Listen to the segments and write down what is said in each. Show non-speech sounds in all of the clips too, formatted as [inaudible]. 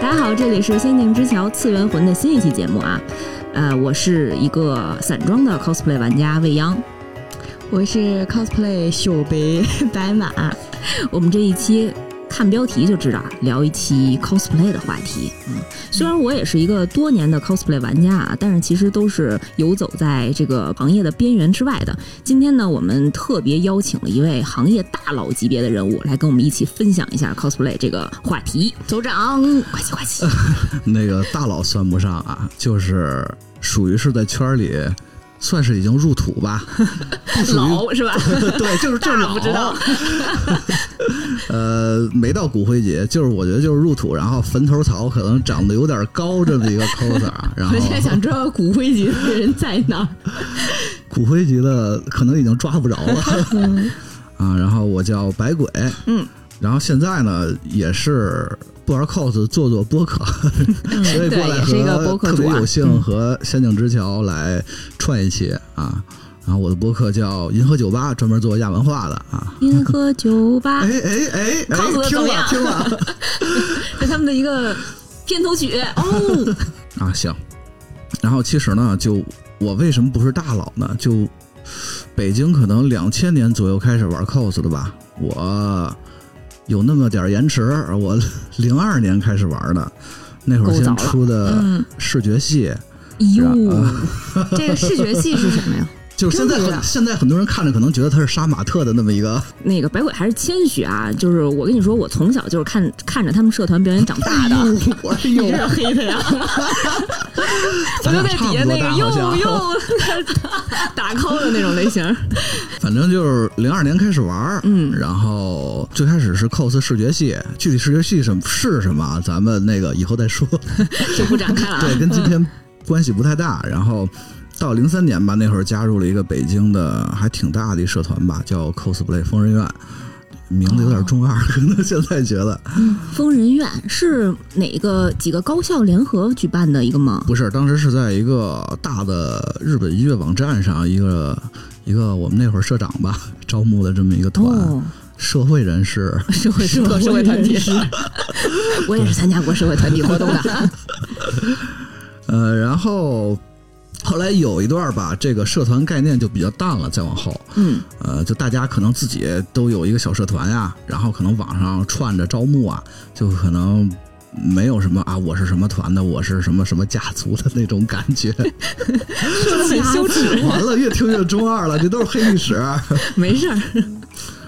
家好，这里是《仙境之桥》次元魂的新一期节目啊，呃，我是一个散装的 cosplay 玩家未央。我是 cosplay 小白 [laughs] 白马，我们这一期看标题就知道，聊一期 cosplay 的话题。嗯，虽然我也是一个多年的 cosplay 玩家啊，但是其实都是游走在这个行业的边缘之外的。今天呢，我们特别邀请了一位行业大佬级别的人物来跟我们一起分享一下 cosplay 这个话题。组 [laughs] 长，呱唧呱唧。那个大佬算不上啊，就是属于是在圈儿里算是已经入土 [laughs] 吧，不属于老是吧？ [laughs] 对，就是就是老不知道， [laughs] 呃，没到骨灰节，就是我觉得就是入土，然后坟头草可能长得有点高这么一个 coser，[laughs] 然后我现在想知道骨灰级的人在哪儿。骨灰级的可能已经抓不着了嗯 [laughs] 啊。然后我叫白鬼，嗯，然后现在呢也是不玩 cos，做做播客， [laughs] 所以过嗯对来也是一个播和客特别主啊有幸和仙境之桥来串一期啊。然后我的播客叫银河酒吧，专门做亚文化的啊。银河酒啊吧哎哎哎哎 cos 得，怎听么了样听了是他们的一个片头曲哦。啊，行。然后其实呢，就我为什么不是大佬呢？就北京可能两千年左右开始玩 cos 的吧，我有那么点儿延迟，我零二年开始玩的，那会儿够早先了出的嗯，视觉系，哟，啊 [laughs] 这个视觉系是什么呀？就是现在真不知道很现在很多人看着可能觉得他是杀马特的那么 [laughs] 一个，那个白鬼还是谦虚啊，就是我跟你说，我从小就是看看着他们社团表演长大的。 [laughs] 哎呦，你这是黑的呀！ [laughs] 我咱就俩在 [laughs] 差底下不多那个大好又像。又 [laughs] 打 call 的那种类型。 [laughs] 反正就是零二年开始玩儿，嗯然后最开始是 cos 视觉系，具体视觉系什么是什么，咱们那个以后再说，就不展开了啊。对，跟今天关系不太大。然后到零三年吧，那会儿加入了一个北京的还挺大的一社团吧，叫 cosplay 疯人院，名字有点中二，可能现在觉得疯人院是哪个几个高校联合举办的一个吗？不是，当时是在一个大的日本音乐网站上，一个一个我们那会儿社长吧招募的这么一个团，哦，社会人士。社会社 [laughs] 会社会团体，我也是参加过社会团体活动 [laughs] 的。呃，然后后来有一段吧，这个社团概念就比较淡了，再往后，嗯，呃，就大家可能自己都有一个小社团呀、然后可能网上串着招募啊，就可能。没有什么啊，我是什么团的，我是什么什么家族的那种感觉。说的很羞耻，完了，越听越中二了，这都是黑历史。没事儿。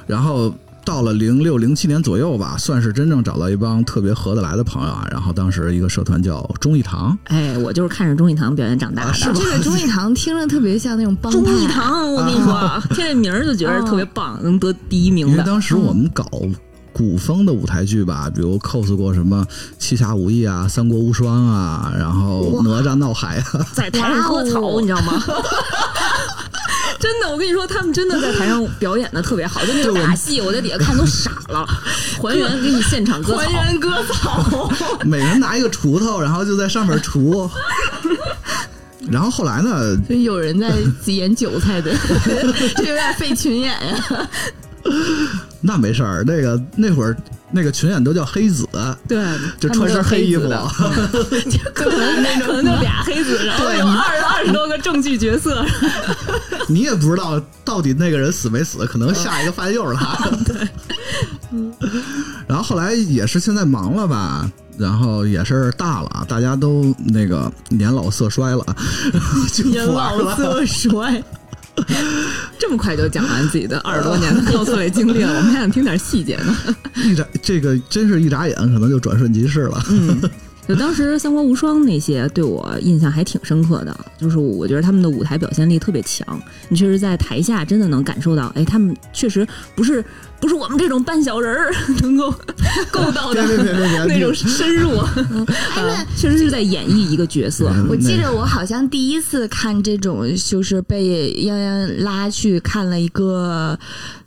然后到了零六零七年左右吧，算是真正找到一帮特别合得来的朋友啊。然后当时一个社团叫忠义堂，哎，我就是看着钟义堂表演长大的。是吧啊这 [laughs] 个忠义堂听着特别像那种帮钟派义堂，我跟你啊说，听这名儿就觉得特别棒，能得第一名 [laughs] 因为嗯的。当时我们搞古风的舞台剧吧，比如 cos 过什么《七侠五义》啊，《三国无双》啊，然后哇《哪吒闹海》啊，在台上割哇草，哦你知道吗？真的，我跟你说，他们真的在台上表演的特别好，就那个打戏，我在底下看都傻了，还原给你现场割草，原割草， [laughs] 每人拿一个锄头，然后就在上面锄。然后后来呢，所以有人在演韭菜 [laughs] 的，这有点费群演啊呀。那没事儿，那个那会儿那个群演都叫黑子，对，就穿身黑衣服。 [laughs] [laughs] 可能可能就俩黑子，然后对有二二十多个正剧角 [laughs] 色，你也不知道到底那个人死没死，可能下一个发现又是他。 [laughs] 对， [laughs] 然后后来也是现在忙了吧，然后也是大了，啊大家都那个年老色衰了， [laughs] 就人不玩老了。色 [laughs] 衰。这么快就讲完自己的二十多年的 cosplay 经历了，我们还想听点细节呢。一眨这个真是一眨眼，可能就转瞬即逝了。就当时《三国无双》那些对我印象还挺深刻的，就是我觉得他们的舞台表现力特别强，你确实在台下真的能感受到，哎，他们确实不是不是我们这种半小人儿 [laughs] 能 [laughs] 够够到的别别别别别，哦 [laughs] 那种深入，哎啊确实是在演绎一个角色。嗯我记那着我好像第一次看这种，就是被泱泱拉去看了一个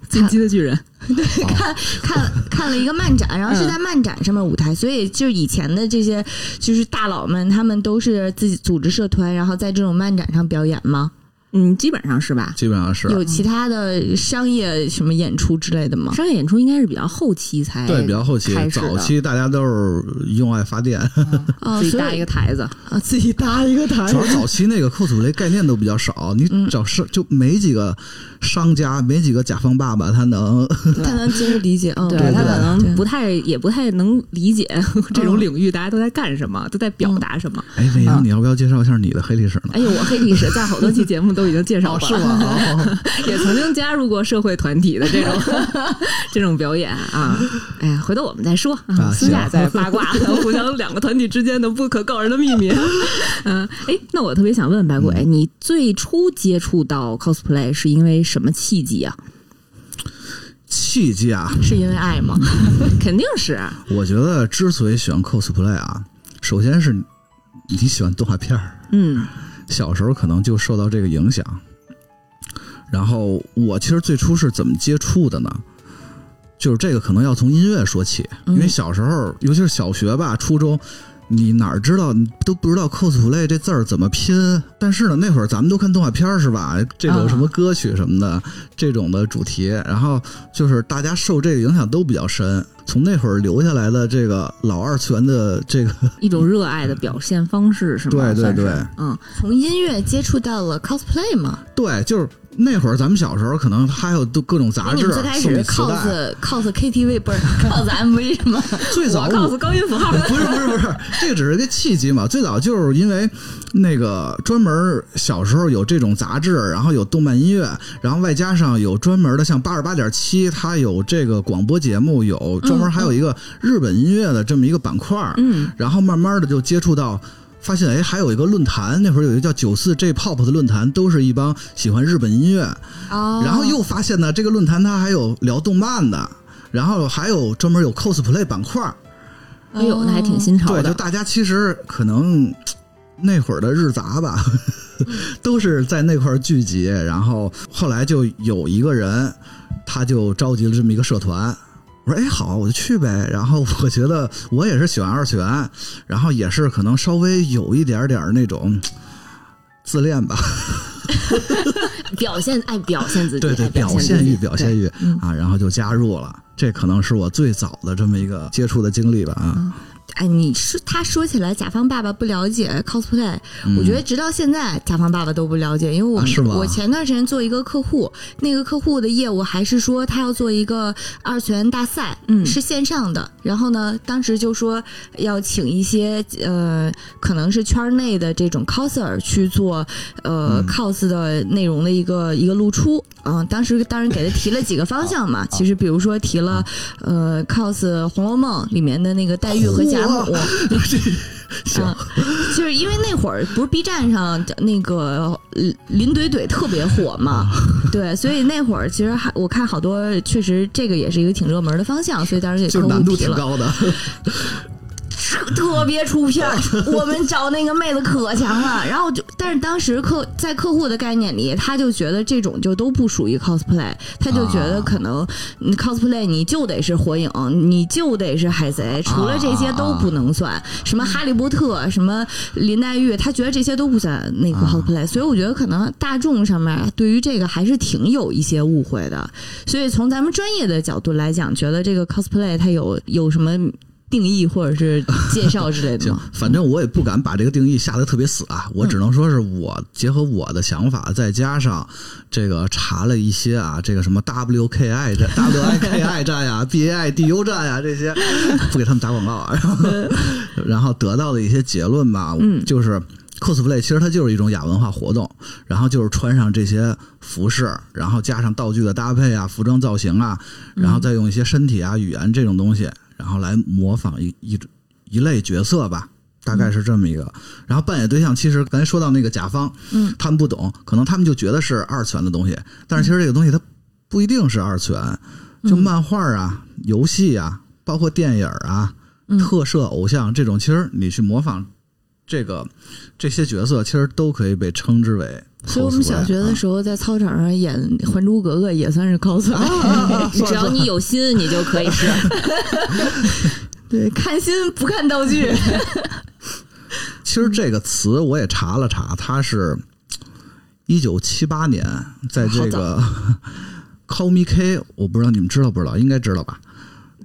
进击的巨 [laughs] 人，看 [laughs] 看看了一个漫展，然后是在漫展上面舞台，所以就是以前的这些就是大佬们，他们都是自己组织社团，然后在这种漫展上表演吗？嗯，基本上是吧？基本上是有其他的商业什么演出之类的吗？商业演出应该是比较后期才对比较后嗯期开，始的早期大家都是用爱 [laughs] 发电，啊，自己所搭以一个台子，啊，自己搭一个台主要是早期那个 cosplay 概念都比较少，你嗯找是就没几个商家，没几个甲方爸爸他能嗯他能接受 [laughs] 理解，嗯，对对他可对对嗯能不太也不太能理解 [laughs] 这种领域大家都在干什么，都在表达什么。 [laughs] 哎，魏啊莹，你要不要介绍一下你的黑历史呢？哎呦，我黑历史在好多期节目都已经介绍哦过是了，吗？哦 [laughs] 也曾经加入过社会团体的这 [laughs] 种这种表演啊。哎呀，回头我们再说啊私下行再八卦， [laughs] 互相两个团体之间的不可告人的秘密。嗯，哎，那我特别想问白嗯鬼，哎你最初接触到 cosplay 是因为什么契机啊？契机啊，是因为爱吗？ [laughs] 肯定是我觉得之所以喜欢 cosplay 啊，首先是你喜欢动画片儿，嗯小时候可能就受到这个影响。然后我其实最初是怎么接触的呢？就是这个可能要从音乐说起，因为小时候，尤其是小学吧、初中，你哪儿知道你都不知道 cosplay 这字儿怎么拼。但是呢，那会儿咱们都看动画片儿是吧？这种什么歌曲什么的，这种的主题，然后就是大家受这个影响都比较深。从那会儿留下来的这个老二次元的这个，一种热爱的表现方式是吗？对对算是对，嗯从音乐接触到了 cosplay 嘛，对，就是那会儿咱们小时候可能还有都各种杂你志们最开啊送始你磁带， cos cos KTV 不是 [laughs] cos MV 什么？最早我告诉高音符号不是不是不是，这只是个契机嘛。最早就是因为那个专门小时候有这种杂志，然后有动漫音乐，然后外加上有专门的，像八十八点七，它有这个广播节目，有专门还有一个日本音乐的这么一个板块儿。嗯然后慢慢的就接触到，发现哎，还有一个论坛，那会儿有一个叫九四 J Pop 的论坛，都是一帮喜欢日本音乐。哦然后又发现呢，这个论坛它还有聊动漫的，然后还有专门有 cosplay 板块儿。哎呦，那还挺新潮对，就的。大家其实可能那会儿的日杂吧， [laughs] 都是在那块儿聚集，然后后来就有一个人，他就召集了这么一个社团。我说哎好，我就去呗。然后我觉得我也是喜欢二次元，然后也是可能稍微有一点点儿那种自恋吧，表现爱表现自己，对对，爱表表现自欲己表现欲啊，然后就加入了。这可能是我最早的这么一个接触的经历吧啊。哎，你说他说起来，甲方爸爸不了解 cosplay，、嗯我觉得直到现在，甲方爸爸都不了解，因为我、啊是吗我前段时间做一个客户，那个客户的业务还是说他要做一个二次元大赛，嗯是线上的，然后呢，当时就说要请一些呃，可能是圈内的这种 coser 去做嗯呃、cos 的内容的一个一个露出，嗯、当时当然给他提了几个方向啊嘛，其实比如说提了呃 cos《红楼梦》里面的那个黛玉和贾母。 [laughs] 行啊，就是因为那会儿不是 B 站上那个呃林怼怼特别火啊嘛， [laughs] 对，所以那会儿其实还我看好多，确实这个也是一个挺热门的方向，所以当时给就客是户难度提挺了，高的。特别出片啊 [laughs] 儿。我们找那个妹子可强了，然后就，但是当时客在客户的概念里，他就觉得这种就都不属于 cosplay，他就觉得啊可能你 cosplay 你就得是火影，你就得是海贼，除了这些都不能算，什么哈利波特，什么林黛玉，他觉得这些都不算那个啊 cosplay，、所以我觉得可能大众上面对于这个还是挺有一些误会的，所以从咱们专业的角度来讲，觉得这个 cosplay 它有有什么定义或者是介绍之类的行 [laughs] 吗？，反正我也不敢把这个定义下得特别死啊，我只能说是我结合我的想法，再加上这个查了一些啊，这个什么 WKI 站、WIKI 站呀、BAIDU 站呀这些，不给他们打广告啊，然后 [laughs] 然后得到的一些结论吧，嗯就是 cosplay 其实它就是一种亚文化活动，然后就是穿上这些服饰，然后加上道具的搭配啊、服装造型啊，然后再用一些身体啊、语言这种东西，然后来模仿一一一类角色吧。大嗯概是这么一个，然后扮演对象其实刚才说到那个甲方，嗯，他们不懂，可能他们就觉得是二次元的东西，但是其实这个东西它不一定是二次元，嗯就漫画啊、游戏啊，包括电影啊、嗯特摄偶像这种，其实你去模仿这个这些角色，其实都可以被称之为 cosplay 啊。所以我们小学的时候在操场上演《还珠格格》也算是 cosplay， [laughs] 只要你有心，你就可以是。对，看心不看道具。其实这个词我也查了查，它是一九七八年，在这个 [laughs] Call Me K，我不知道你们知道不知道，应该知道吧？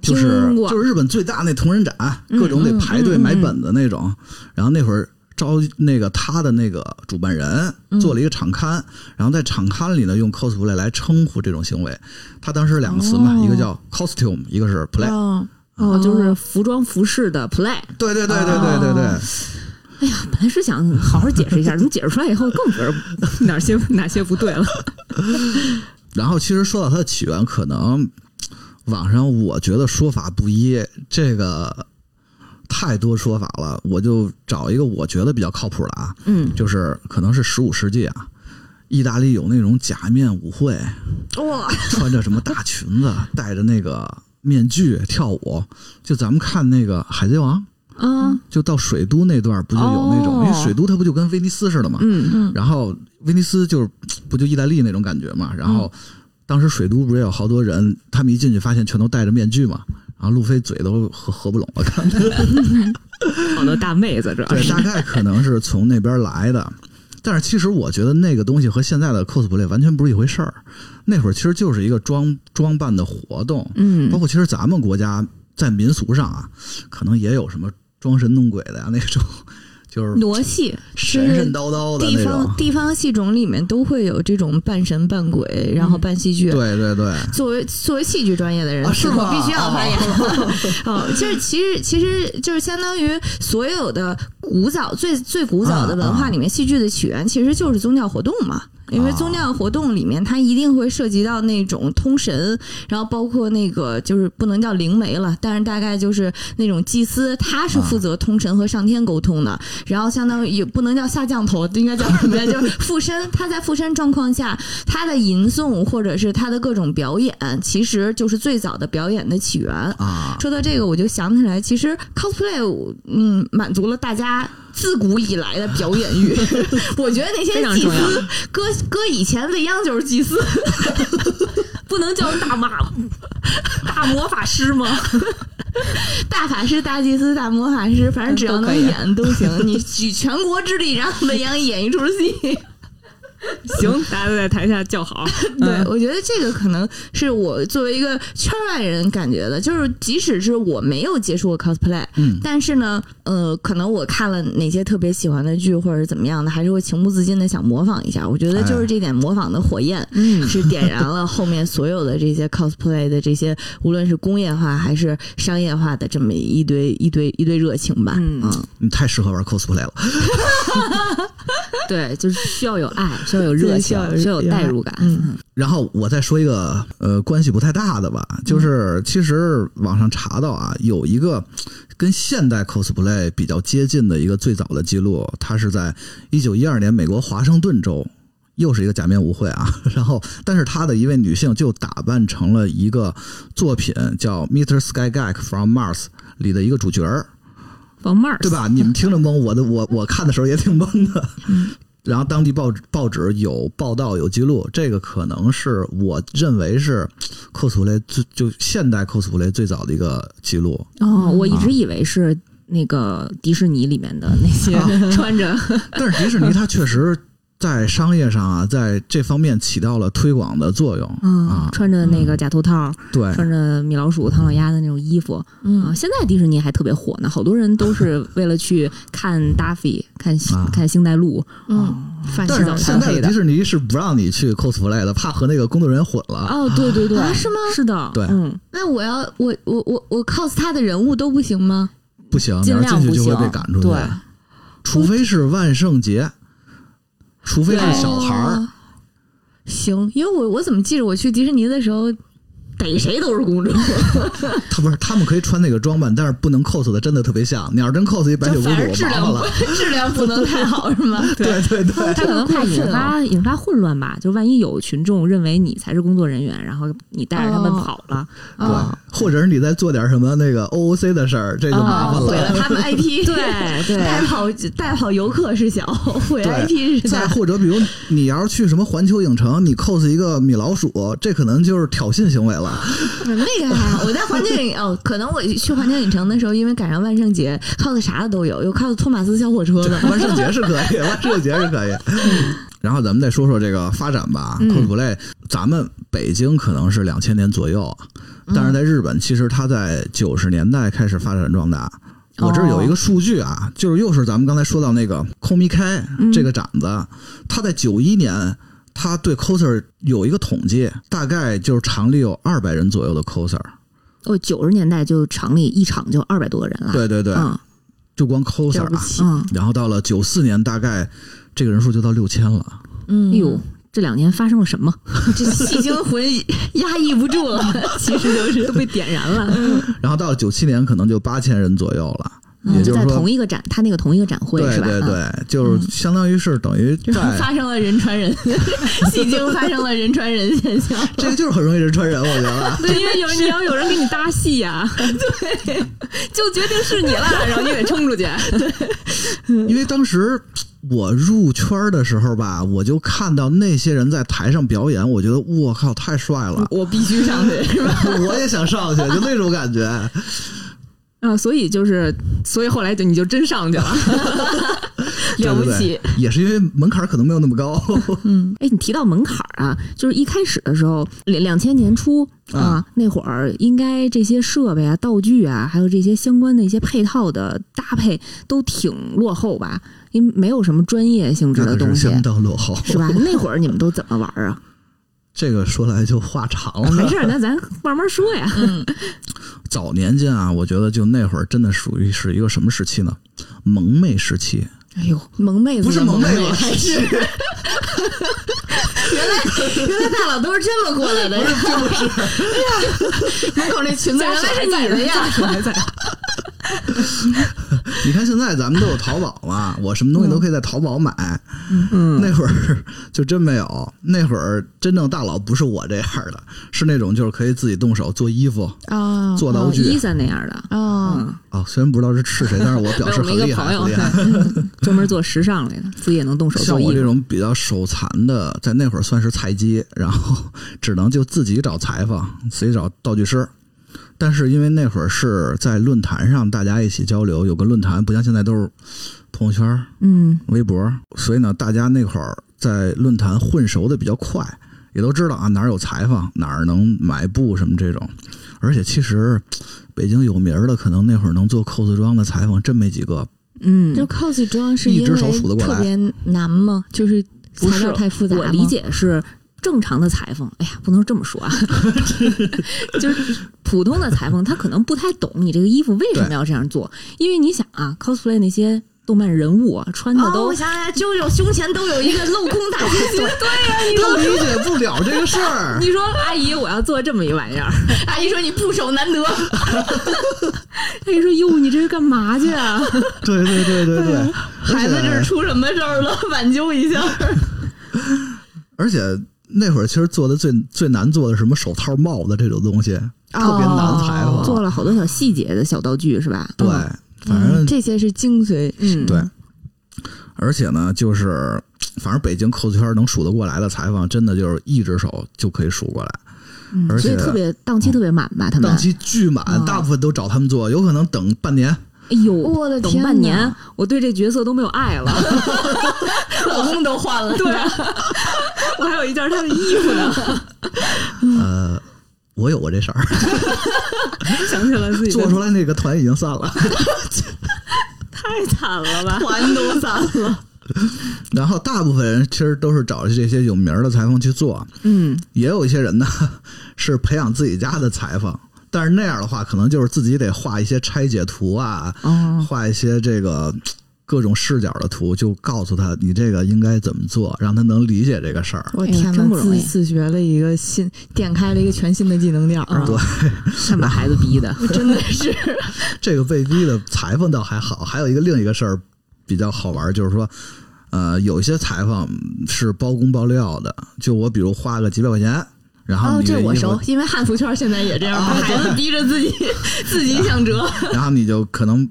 就是听过就是日本最大那同人展，各种得排队嗯嗯买本子那种。然后那会儿招那个他的那个主办人嗯做了一个场刊，然后在场刊里呢用 cosplay 来称呼这种行为。他当时两个词嘛，哦一个叫 costume，一个是 play。哦哦，就是服装服饰的 play。对对对对对对对。哎呀，本来是想好好解释一下，怎么解释出来以后更觉得哪 [laughs] 些哪些不对了。然后其实说到它的起源，可能网上我觉得说法不一，这个太多说法了，我就找一个我觉得比较靠谱的啊，嗯，就是可能是十五世纪啊。意大利有那种假面舞 [laughs] 会，哇，穿着什么大裙子，戴着那个面具跳舞。就咱们看那个《海贼王》，啊，就到水都那段儿不就有那种？哦因为水都它不就跟威尼斯似的嘛，嗯，然后威尼斯就是不就意大利那种感觉嘛。然后当时水都不是有好多人，他们一进去发现全都戴着面具嘛。然后路飞嘴都合合不拢 [laughs] 了，看着好多大妹子主要对，是大概可能是从那边来的。但是其实我觉得那个东西和现在的 cosplay 完全不是一回事儿。那会儿其实就是一个装装扮的活动，嗯包括其实咱们国家在民俗上啊，可能也有什么装神弄鬼的呀、那种，就是傩戏神神是叨叨的地那种方。地方戏种里面都会有这种半神半鬼，然后半戏剧。对对对，作为作为戏剧专业的人，啊是我吗必须要发言。 [laughs] 哦，就是其实其实就是相当于所有的古早最最古早嗯的文化里面，戏剧的起源其实就是宗教活动嘛。因哦为宗教活动里面，它一定会涉及到那种通神，然后包括那个就是不能叫灵媒了，但是大概就是那种祭司，他是负责通神和上天沟通啊的。然后相当于也不能叫下降头，应该叫什么呀？就是附身。他在附身状况下，他的吟诵或者是他的各种表演，其实就是最早的表演的起源。啊，说到这个，我就想起来，其实 cosplay，嗯，满足了大家自古以来的表演欲。 [laughs] 我觉得那些非常祭重要司，搁搁以前未央就是祭司，不能叫人大妈，大魔法师吗？大法师、大祭司、大魔法师，反正只要都能可以演都行。你举全国之力让未央演一出 [laughs] 戏。 [laughs] 行，大家都在台下叫好。对，嗯我觉得这个可能是我作为一个圈外人感觉的，就是即使是我没有接触过 cosplay，嗯但是呢，呃，可能我看了哪些特别喜欢的剧或者是怎么样的，还是会情不自禁的想模仿一下。我觉得就是这点模仿的火焰，哎嗯是点燃了后面所有的这些 cosplay 的这些，无论是工业化还是商业化的这么一堆一堆一堆热情吧。嗯你太适合玩 cosplay 了。对，就是需要有爱，需要有热对需情要，有需要有热代爱入感。嗯然后我再说一个呃关系不太大的吧，就是其实网上查到啊，有一个跟现代 cosplay 比较接近的一个最早的记录，它是在一九一二年美国华盛顿州。又是一个假面舞会啊， [laughs] 然后，但是她的一位女性就打扮成了一个作品叫《Mr. Sky Gag from Mars》里的一个主角儿，王妹儿对吧？你们听着懵，我的我我看的时候也挺懵的。嗯然后当地报纸报纸有报道有记录，这个可能是我认为是 cosplay 最就现代 cosplay 最早的一个记录。哦，我一啊直以为是那个迪士尼里面的那些 [laughs] [laughs] 穿着但是迪士尼它确实在商业上啊，在这方面起到了推广的作用嗯啊，。穿着那个假头套，对，穿着米老鼠、唐老鸭的那种衣服啊。嗯，现在迪士尼还特别火呢，好多人都是 [laughs] 为了去看达菲、看啊看星黛露。嗯，反但洗澡是现贪在黑的的迪。士尼是不让你去 cosplay 的，怕和那个工作人员混了。哦，对对对，啊是吗是的，对嗯，那我要我我我我 cos 他的人物都不行吗？不行，你尽要量进去不就会行被赶出去对，除非是万圣节，除非是对小孩儿。哦。行，因为我我怎么记着我去迪士尼的时 [laughs] 候，逮谁都是公主，他不是，他们可以穿那个装扮，但是不能 cos 的真的特别像。你要是真 cos 一白雪就公主，反而质麻量烦不了。质量不能太好是 [laughs] 吗？对对对， [laughs] 他可能怕引过分发引发混乱吧，就万一有群众认为你才是工作人员，然后你带着他们哦跑了，对啊，或者是你再做点什么那个 OOC 的事儿，这就麻啊烦毁了了。他 [laughs] 们 [laughs] IP，对对带跑带跑游客是小，毁对 IP 是再大。或者，比如你要是去什么环球影城，你 cos 一个米老鼠，这可能就是挑衅行为了。那个还好，我在环球影哦，可能我去环球影城的时候，因为赶上万圣节，cos 啥的都有，有 cos 托马斯小火车的，万圣节是可以，万圣节是可以。然后咱们再说说这个发展吧、嗯 c o s p l a y 咱们北京可能是两千年左右，嗯但是在日本，其实它在九十年代开始发展壮大。我这儿有一哦个数据啊，就是又是咱们刚才说到那个 Komi 开嗯这个展子，它在九一年，它对 coser 有一个统计，大概就是厂里有二百人左右的 coser。哦，九十年代就厂里一场就二百多个人了，对对对，嗯就光 coser 了不啊。起，嗯，然后到了九四年，大概这个人数就到六千了。嗯，哎呦，这两年发生了什么？ [laughs] 这戏精魂压抑不住了，其实就是都被点燃了。然后到了九七年，可能就八千人左右了。也嗯就是在说同一个展，他那个同一个展会对是吧？对嗯对，就是相当于是等于在发生了人传 [laughs] 人，戏精发生了人传 [laughs] 人现象。这个就是很容易人传人，我觉得。啊对，因为有你要有人给你搭戏呀、 [laughs] [laughs] 就决定是你了，然后你得冲出去。，因为当时我入圈儿的时候吧，我就看到那些人在台上表演，我觉得我靠太帅了 [laughs] 我必须上去，是吧？我也想上去，就那种感觉。啊，所以就是，所以后来就你就真上去了， [laughs] 对了不对起对。也是因为门槛儿可能没有那么高。哎，你提到门槛儿啊，就是一开始的时候，两两千年初啊啊，那会儿应该这些设备啊、道具啊，还有这些相关的一些配套的搭配都挺落后吧，因为没有什么专业性质那的可东是西啊相，当落后，是吧？那会儿你们都怎么玩 [laughs] 儿啊？这个说来就话长啊没了。事儿，那咱慢慢说呀。早年间啊，我觉得就那会儿真的属于是一个什么时期呢？萌妹时期，哎呦，萌妹子不是的萌妹妹了，还是原来原来大佬都是这么过来的，呀！门口 [laughs] 那裙子原来是你的呀水还在， [laughs] 你看现在咱们都有淘宝嘛，我什么东西都可以在淘宝买。嗯，那会儿就真没有，那会儿真正大佬不是我这样的，是那种就是可以自己动手做衣服、啊做道哦伊具。森那样的，啊，嗯，啊、虽然不知道是是谁，但是我表示我们很一厉个朋害，友 [laughs] 很厉害。 [laughs] 专门做时尚类的，自己也能动手像做我衣这服。种比较手残的，在那会儿算是菜鸡，然后只能就自己找裁缝，自己找道具师。但是因为那会儿是在论坛上大家一起交流，有个论坛，不像现在都是朋友圈、嗯，微博，所以呢，大家那会儿在论坛混熟的比较快，也都知道啊哪儿有裁缝，哪儿能买布什么这种。而且其实北京有名儿的，可能那会儿能做扣子装的裁缝真没几 [laughs] 个。嗯，就 cos 妆是一因只为手数得过来特别难吗？就是材料太复杂吗我理，解是正常的裁缝，哎呀，不能这么说啊， [laughs] 就是普通的裁缝，他可能不太懂你这个衣服为什么要这样做，因为你想啊，cosplay 那些动漫人物啊穿的哦，都、我想起来，舅舅胸前都有一个镂空大贴 [laughs] 巾，他理解不了这个事儿。你说阿姨，我要做这么一玩意儿。阿姨说你不手难得，阿姨说：“哟，你这是干嘛去啊对对对对对，孩子这而是且出什么事儿了？挽救一下。而且那会儿其实做的最最难做的什么手套、帽子这种东西，特别难裁缝。？”哦做了好多小细节的小道具是吧？对，反正、这些是精髓，嗯，对，而且呢，就是反正北京扣子圈能数得过来的裁缝，真的就是一只手就可以数过来，嗯而所以且特别档期特别满嗯吧？他们档期巨满，大部分都找他们做，有可能等半年。哎呦，我的等天半哪年，我对这角色都没有爱了。啊老公都换 [laughs] 了，对，我还有一件他的衣服呢，呃，我有过这事儿，想起来自己 [laughs] 做出来那个团已经散了。太惨了吧？团都散了，然后大部分人其实都是找这些有名儿的裁缝去做，嗯，也有一些人呢 [laughs] 是培养自己家的裁缝，但是那样的话，可能就是自己得画一些拆解图啊，哦，画一些这个嘖各种视角的图，就告诉他你这个应该怎么做，让他能理解这个事儿。我哎天真不哪，容自易自学了一个新，点开了一个全新的技能点儿啊， [laughs] 对，看把孩子逼的。真的是，这个被逼的裁缝倒还好，还有一个另一个事儿比较好玩儿，就是说。呃，有一些裁缝是包工包料的，就我比如花个几百块钱，然后哦，你这的我衣服熟，因为汉服圈现在 [laughs] 也这样，把啊孩子逼着自己自己想折，然后你就可能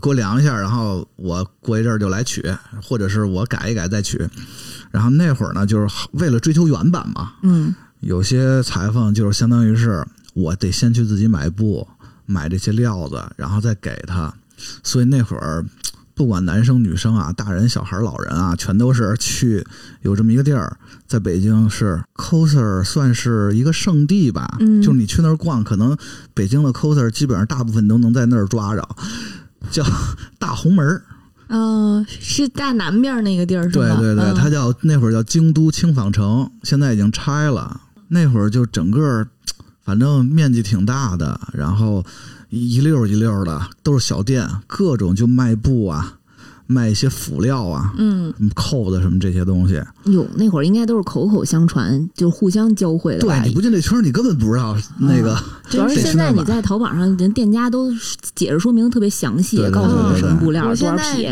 给我量一下，然后我过一阵儿就来取，或者是我改一改再取。然后那会儿呢，就是为了追求原版嘛，嗯，有些裁缝就是相当于是我得先去自己买布，买这些料子，然后再给他。所以那会儿不管男生女生啊，大人小孩老人啊，全都是去有这么一个地儿，在北京是 coser 算是一个圣地吧，嗯就是你去那儿逛，可能北京的 coser 基本上大部分都能在那儿抓着，叫大红门儿，嗯、是大南面那个地儿是对吧？对对，嗯它叫那会儿叫京都轻纺城，现在已经拆了。那会儿就整个儿，反正面积挺大的，然后一溜儿一溜儿的都是小店，各种就卖布啊，卖一些辅料啊、嗯，嗯扣子什么这些东西。哟，那会儿应该都是口口相传，就互相教会的吧哎对，你不进这圈儿，你根本不知道那个。主要是真是现在你在淘宝上，人店家都解释说明特别详细对，对告诉对你对什么布料、我多现少在匹。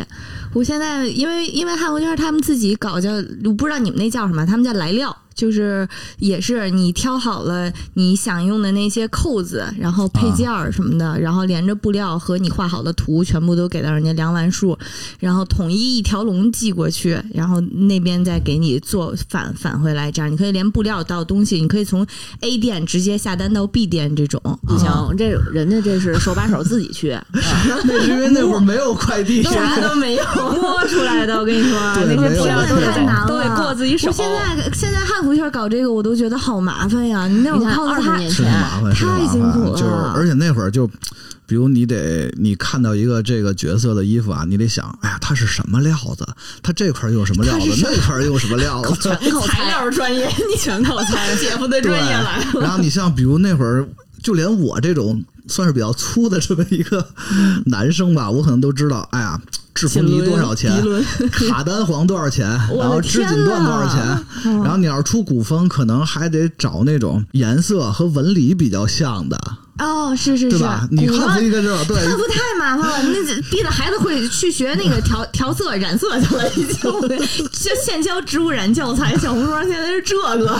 我现在因为因为汉国圈他们自己搞叫，我不知道你们那叫什么，他们叫来料，就是也是你挑好了你想用的那些扣子，然后配件儿什么的，然后连着布料和你画好的图全部都给到人家量完数，然后统一一条龙寄过去，然后那边再给你做返返回来，这样你可以连布料到东西，你可以从 A 店直接下单到 B 店这种。不行，这人家这是手把手自己去，嗯 [laughs] 那是因为那会儿没有快递， [laughs] 啥都没有，摸出来的。我跟你说，那对些没有布料都得太难在了都得过自己手我。现在现在汉服圈搞这个，我都觉得好麻烦呀！你那你种看靠二十它年是前挺。麻烦，是挺太麻辛烦苦。了就是而且那会儿就，比如你得你看到一个这个角色的衣服啊，你得想，哎呀，它是什么料子？它这块儿又什么料子？那块儿又什么料 [laughs] 子？材料专 [laughs] 业，你全靠猜，姐夫的对专业来了。。然后你像比如那会儿，就连我这种算是比较粗的这么一个嗯男生吧，我可能都知道，哎呀，制服一呢轮多少钱一？轮卡丹黄多少钱？我的然后织锦缎多少天钱？然后你要是出古风，可能还得找那种颜色和纹理比较像的，哦，是是对是吧？，你古看装服一个知道，对，那不太麻烦了，那逼的孩子会去学那个调调色、染色去了，已经就现教植物染教材，小红书上现在是这 [laughs] 个。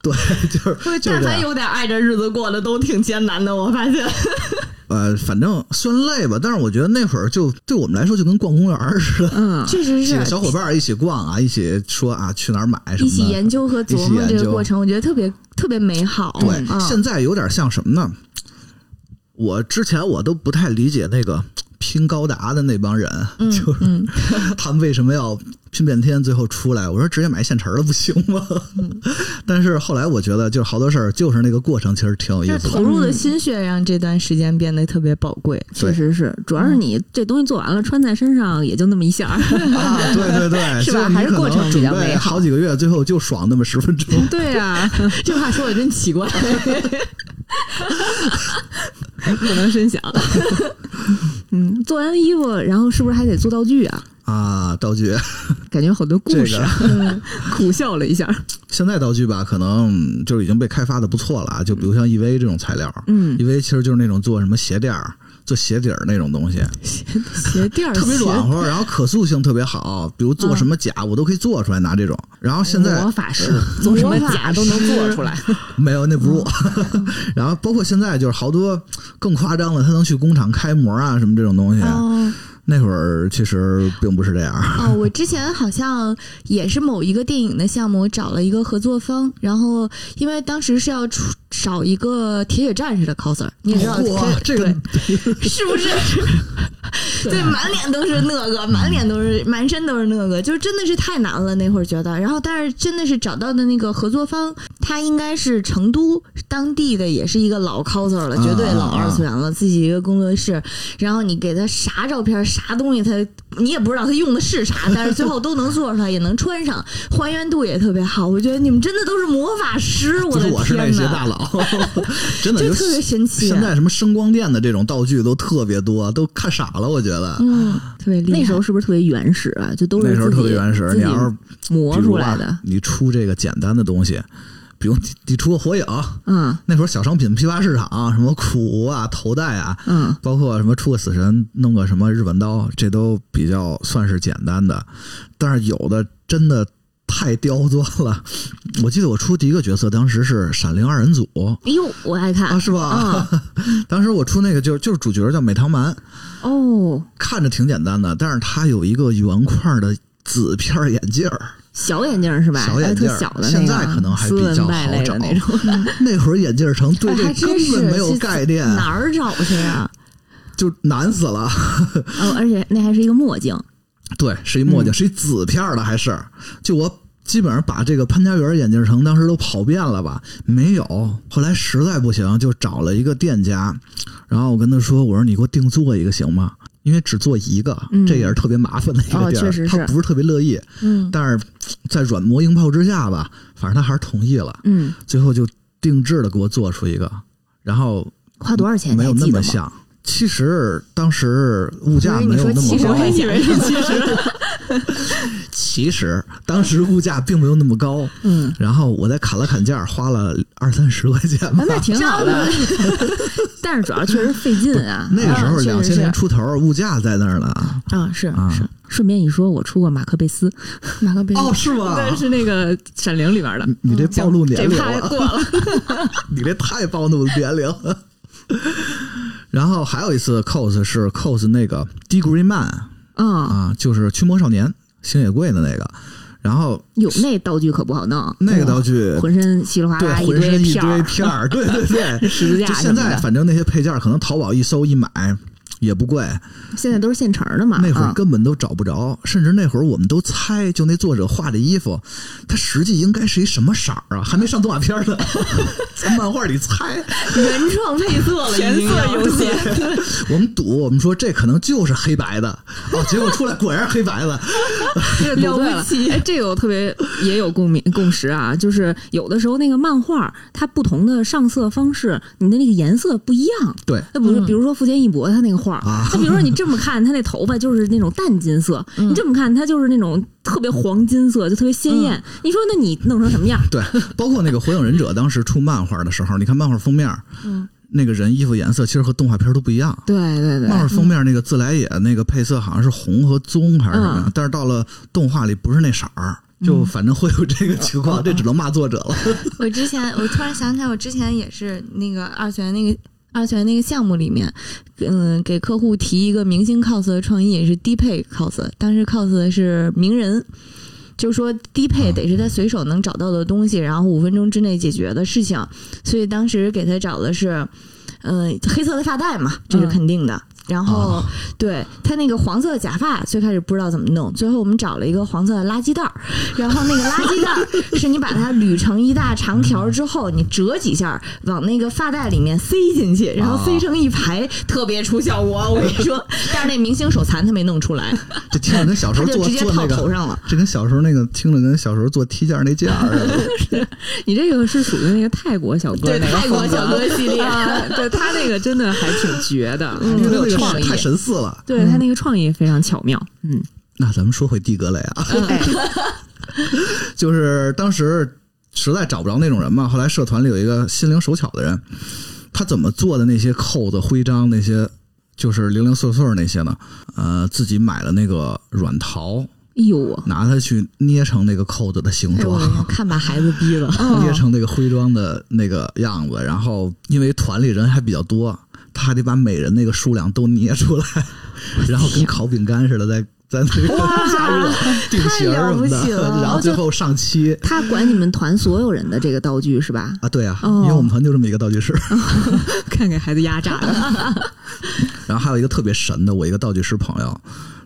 对，就是就是但这凡样。啊有点爱这日子过得都挺艰难的，我发现。呃，反正算累吧，但是我觉得那会儿就对我们来说就跟逛公园儿似的，嗯，确实几是个小伙伴儿一起逛啊，一起说啊去哪儿买什一么起的。研究和琢磨这个过程，我觉得特别特别美好。对，嗯现在有点像什么呢？我之前我都不太理解那个拼高达的那帮人， [laughs] 嗯就嗯，是他们为什么要拼半天，最后出来，我说直接买现成儿的不行吗？ [laughs] 但是后来我觉得，就是好多事儿就是那个过程，其实挺有意就是思嗯投的。入的心血让这段时间变得特别宝贵。确实是，主要是嗯你这东西做完了，穿在身上也就那么一下儿。 [laughs] 啊， [laughs] 对对对， [laughs] 是吧就你还是可过能程比准较备美好好几个月，最后就爽那么十分 [laughs] 钟。[laughs] 对啊，这话说的真奇怪，不能深 [laughs] 想。嗯，做完衣服，然后是不是还得做道具啊？啊，道具感觉好多故这事个，嗯苦笑了一下。现在道具吧，可能就是已经被开发的不错了啊。就比如像 EV 这种材料，嗯， ，EV 其实就是那种做什么鞋垫儿、做鞋底儿那种东西，鞋垫儿特别软和，然后可塑性特别好。比如做什么甲，嗯我都可以做出来拿这种。然后现在魔法师 [laughs] 做什么假都能做出来。没有，那不是我。嗯 [laughs] 然后包括现在就是好多更夸张的，他能去工厂开模啊，什么这种东西。哦嗯那会儿其实并不是这样。哦，我之前好像也是某一个电影的项目，我找了一个合作方，然后因为当时是要出找一个铁血战士的 coser，你也知道，哇，这个对是不是？ [laughs] 对，满脸都是那个，满脸都是，满身都是那个，就是真的是太难了。那会儿觉得，然后但是真的是找到的那个合作方，他应该是成都当地的，也是一个老 coser 了，绝对老啊啊啊二次元了，自己一个工作室。然后你给他啥照片、啥东西，他你也不知道他用的是啥，但是最后都能做出来，也能穿上，还原度也特别好。我觉得你们真的都是魔法师，不我是的我是那天些呐！[laughs] 大佬，真的就就特别神奇现在什么声光电的这种道具都特别多，都看傻了，我觉得。嗯，特别厉 [laughs] 害。那时候是不是特别原始啊？就都是那时候自己特别原始，自你己要是磨比如出啊来的。你出这个简单的东西，比如你你出个火影，嗯那会儿小商品批发市场什么苦无啊、头戴啊，嗯，包括什么出个死神，弄个什么日本刀，这都比较算是简单的。但是有的真的太刁钻了。我记得我出第一个角色，当时是《闪灵二人组》哎呦，我爱啊，看是吧？嗯 [laughs] 当时我出那个就就是主角叫美棠蛮，哦，看着挺简单的，但是他有一个圆块的紫片儿眼 [laughs] 镜哦儿。小眼镜儿是吧？小眼哎镜儿特小的那个，现在可能还比斯文较败类好找的那种。那会儿眼镜城对哎这还真根是本没有概念， [laughs] 哪儿找去啊？就难死了。哦，而且那还是一个墨镜，对，是一墨嗯镜，是一紫片儿的，还是就我基本上把这个潘家园眼镜城当时都跑遍了吧？没有，后来实在不行，就找了一个店家，然后我跟他说：“我说你给我定做一个行吗？”因为只做一个，嗯这也是特别麻烦的一哦个地儿，确实是他不是特别乐意。嗯，但是在软磨硬泡之下吧，反正他还是同意了， [laughs] 嗯，最后就定制的给我做出一个，然后花多少钱？没有你还那记得么吗？像。其实当时物价所以你啊没说有那么70高，块钱以为是 [laughs] 其实其实当时物价并没有那么高，嗯，然后我再砍了砍价，花了二三十块钱吧。啊。那挺好的， [laughs] 但是主要确实费劲啊那个时候啊确实两千是年出头，物价在那儿呢。啊，是啊是，顺便一说，我出过马克贝斯，马克杯哦，是吗？对是那个《闪灵》里 [laughs] 边的，你这暴露这年龄怕了，过了。 [laughs] 你这太暴露年龄了。 [laughs] 然后还有一次 cos 是 cos 那个 Degree Man 啊，啊，就是驱魔少年星野贵的那个。然后有那道具可不好弄，嗯那个道具，浑身稀里哗对啦，浑堆身一片堆儿，片儿，对对对，十字架就什现么在，的，反正那些配件儿可能淘宝一搜一买也不贵，现在都是现成的嘛。那会儿啊根本都找不着，甚至那会儿我们都猜，就那作者画的衣服，它实际应该是一什么色儿啊？还没上动画片儿呢，在漫画里猜。原创配色了，全已经要色有限， [laughs] 我们赌，我们说这可能就是黑白的，哦，结果出来果然是黑白的。这了不起！哎，这个我特别也有共鸣共识啊，就是有的时候那个漫画它不同的上色方式，你的那个颜色不一样。对，那不是，嗯比如说福建一博他那个画儿，啊他比如说你这么看，他那头发就是那种淡金色，嗯你这么看他就是那种特别黄金色，就特别鲜艳。你说那你弄成什么样？对，包括那个《火影忍者》当时出漫画的时候，你看漫画封面，嗯，那个人衣服颜色其实和动画片儿都不一样。对对嗯对漫，画封面那个自来也那个配色好像是红和棕还是什么，但是到了动画里不是那色儿，就反正会有这个情况，这只能骂作者了。 [laughs] 我之前我突然想起来，我之前也是那个二次元那个二次元那个项目里面，嗯，给客户提一个明星 cos 的创意，也是低配 cos，当时 cos 的是名人。就是说，低配得是他随手能找到的东西，然后五分钟之内解决的事情。所以当时给他找的是，嗯、黑色的发带嘛，这是肯定的。然后，啊对他那个黄色的假发，最开始不知道怎么弄，最后我们找了一个黄色的垃圾袋儿，然后那个垃圾袋儿是你把它捋成一大长条儿之后，你折几下儿往那个发带里面塞进去，然后塞成一排，特别出效果。我跟你说，但是那明星手残他没弄出来，这听着跟小时他候就做直接做套那头个，上了。这跟小时候那个听着跟小时候做踢毽那毽儿似的。 [laughs] 你这个是属于那个泰国小哥对那个泰国风格小 [laughs] 哥系 [laughs] 列，哎啊，对他那个真的还挺绝的，嗯特因别有为那个创是意。太神似了。对他那个创意非常巧妙，嗯，那咱们说回地格雷啊，哎就是当时实在找不着那种人嘛，后来社团里有一个心灵手巧的人，他怎么做的那些扣子、徽章那些，就是零零碎碎那些呢？呃，自己买了那个软陶，哎呦我，拿它去捏成那个扣子的形哎，我状。跟你说看把孩子逼了。捏成那个徽章的那个样子，然后因为团里人还比较多，他还得把每人那个数量都捏出来， [laughs] 然后跟烤饼干似的，在在那个 [laughs] 加热定型儿太了什么不起的，了然后最后上漆他管你们团所有人的这个道具是吧？啊，对啊，哦因为我们团就这么一个道具师，看给孩子压榨 [laughs] 的，然后还有一个特别神的，我一个道具师朋友，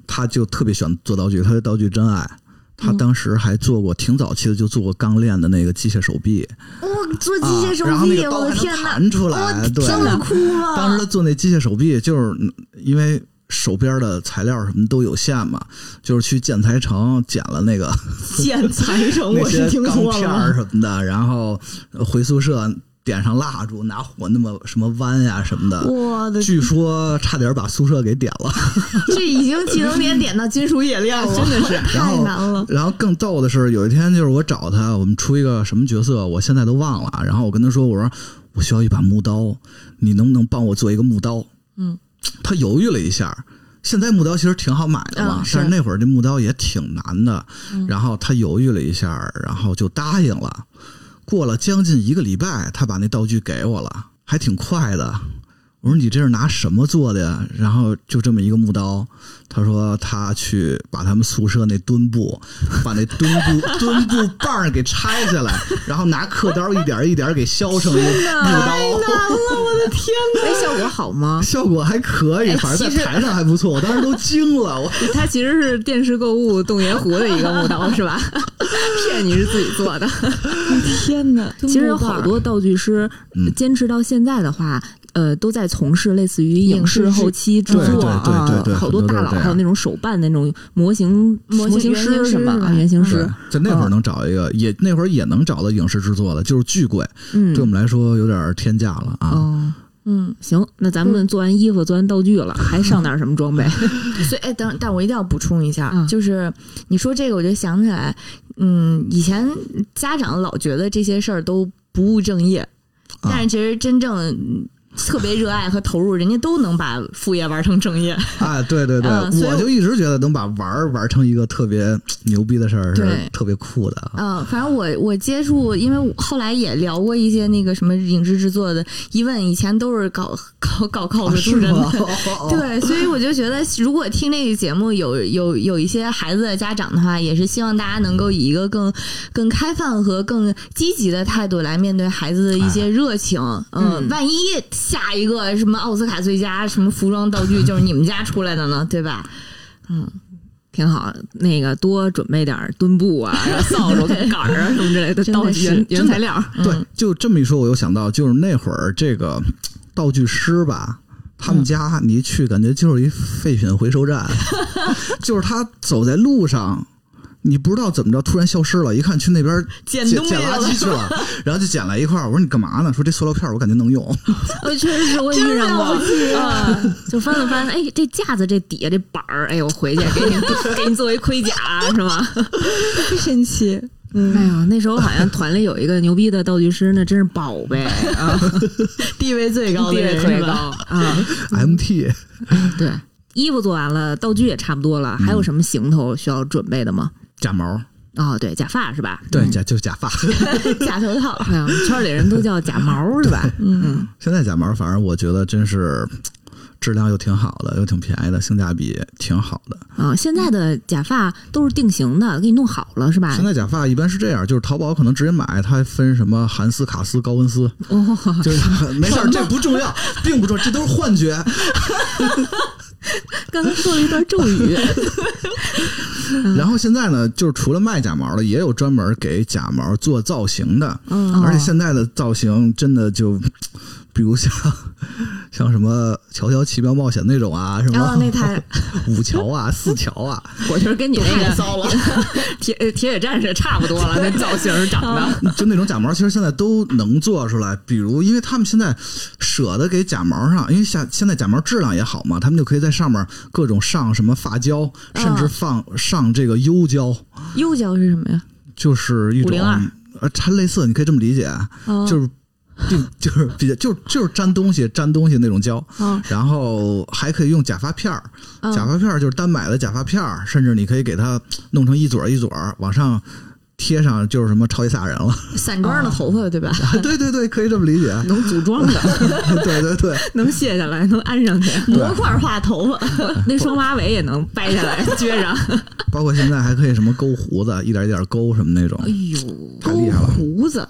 他就特别喜欢做道具，他对道具真爱。他当时还做过挺早期的，就做过钢链的那个机械手臂，哇，做机啊械手然后那臂，个刀我的还能天哪！弹出来，对，这么酷吗？当时他做那机械手臂，就是嗯因为手边的材料什么都有限嘛，就是去建材城捡了那个 [laughs] 剪裁成，那我是些听钢错片了儿吗。什么的，然后回宿舍点上蜡烛，拿火那么什么弯呀、什么的。我的，据说差点把宿舍给点了， [laughs] 这已 [laughs] 经技能点点到金属冶炼了，真的是然太后难了。然后更逗的是，有一天就是我找他，我们出一个什么角色，我现在都忘了啊。然后我跟他说，我说我需要一把木刀，你能不能帮我做一个木刀？嗯，他犹豫了一下。现在木刀其实挺好买的嘛，嗯是嗯但是那会儿这木刀也挺难的。然后他犹豫了一下，然后就答应了。过了将近一个礼拜，他把那道具给我了，还挺快的。我说你这是拿什么做的呀？然后就这么一个木刀，他说他去把他们宿舍那墩布，把那墩布 [laughs] 墩布棒儿给拆下来，然后拿刻刀一点儿一点儿给削成一个木刀，哎，效果好吗？效果还可以，哎反正其在实台上还不错，我当时都惊了，我它其实是电视购物洞爷湖的一个木刀是吧？骗你是自己做的。嗯天 [laughs] 哪！ [laughs] 其实有好多道具师嗯坚持到现在的话，呃，都在从事类似于影视影视制后期制对作对啊对对对，好很多多都是大佬这样还有那种手办的那种模型模型型原型师师什么是吧啊，原型对师，，在那会儿能找一个，也那会儿也能找到影视制作的，就是巨贵，嗯对我，们来说有点天价了啊。哦，嗯，行，那咱们做完衣服、做完道具了，还上点什么装备？所以哎，等但我一定要补充一下，嗯就是你说这个，我就想起来，嗯，以前家长老觉得这些事儿都不务正业，啊但是其实真正。嗯特别热爱和投入，人家都能把副业玩成正 [laughs] 业。啊，对对对，嗯所以我就一直觉得能把玩儿玩成一个特别牛逼的事儿是对特别酷的啊。嗯，反正我我接触，因为我后来也聊过一些那个什么影视制作的，一问以前都是搞搞搞 cos 出是身的 [laughs] 吗？，哦，哦对，所以我就觉得，如果听这个节目有有有一些孩子的家长的话，也是希望大家能够以一个更更开放和更积极的态度来面对孩子的一哎些热情。嗯，嗯万一下一个什么奥斯卡最佳什么服装道具就是你们家出来的呢，对吧？挺好，那个多准备点儿墩布 [laughs] 啊、扫帚、杆儿啊什么之类的真的道具是原原真的材料儿。嗯对，就这么一说，我又想到，就是那会儿这个道具师吧，他嗯们家你一去，感觉就是一废品回 [laughs] 收站，就是他走在路上。你不知道怎么着，突然消失了，一看去那边捡捡捡东西垃了，圾 [laughs] 去了，然后就捡来一块儿。我说你干嘛呢？说这塑料片儿我感觉 [laughs] 能用。呃，确实是我也遇真上了过不，起啊！啊， [laughs] 就翻了翻，哎，这架子这底下这板儿，哎，我回去给你给你做一盔甲是吗？神奇， [laughs] 哎呀，那时候好像团里有一个牛逼的道具师，那真是宝贝啊，地位最高 [laughs] 的地位人特别是吧高啊。 MT 对，衣服做完了，道具也差不多了，还有什么行头需要准备的吗？假毛，哦，对，假发是吧？对嗯假就是假发。 [laughs] 假头套。哎呀，我们圈里人都叫假毛是吧？嗯，现在假毛，反正我觉得真是质量又挺好的，又挺便宜的，性价比挺好的。啊，现在的假发都是定型的，给你弄好了是啊吧现？在假发一般是这样，就是淘宝可能直接买，它还分什么韩丝、卡丝、高温丝，哦， [laughs] 就是没事儿，这不重要，并不重要，这都是幻觉。刚才说了一段咒 [laughs] 语，嗯然后现在呢，就是除了卖假毛的，也有专门给假毛做造型的，嗯而且现在的造型真的就，比如像 [laughs] 像什么《乔乔奇妙冒险》那种啊，什 [laughs] 然后哦么那 [laughs] 台五桥啊、四桥啊，我觉得跟你那 [laughs] 个骚了，铁铁血战士差不多了，那造型长 [laughs] 得。 [laughs] 就那种假毛，其实现在都能做出来。比如，因为他们现在舍得给假毛上，因为下现在假毛质量也好嘛，他们就可以在上面各种上什么发胶，嗯甚至放上这个优胶，右脚是什么呀？就是一种502呃，它类似，你可以这么理解，啊哦就是。并就是比较就是就是粘东西粘东西那种胶，哦然后还可以用假发片儿，嗯假发片儿就是单买的假发片儿，甚至你可以给它弄成一撮儿一撮儿往上贴上，就是什么超级赛亚人了。散装的头发对吧？啊， [laughs] 对对对，可以这么 [laughs] 理解。能组装 [laughs] 的，对对对，能卸下来，能安上去，模块化头发， [laughs] 那双马尾也能掰下来 [laughs] 撅上。包括现在还可以什么勾胡子，一点一点勾什么那种，嗯呦，太厉害了。胡子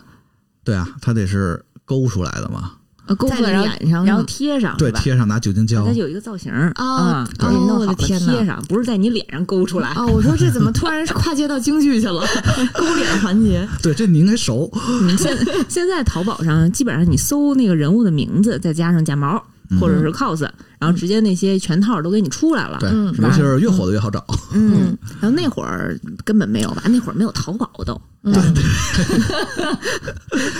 对啊，它得是勾出来的嘛，啊勾在出来然后脸上然后贴上，对，啊是吧贴上拿酒精胶它，有一个造型儿啊啊，给你哦弄我的好了天哪贴上，不是在你脸上勾出来 [laughs] 啊、。我说这怎么突然跨界到京剧去了？勾脸环节，对，这你应该熟。嗯现现在淘宝上基本上你搜那个人物的名字，再加上假毛嗯或者是 cos，然后直接那些全套都给你出来了。对，嗯尤其是越火的越好找。嗯，然后那会儿根本没有吧？那会儿没有淘宝都，嗯，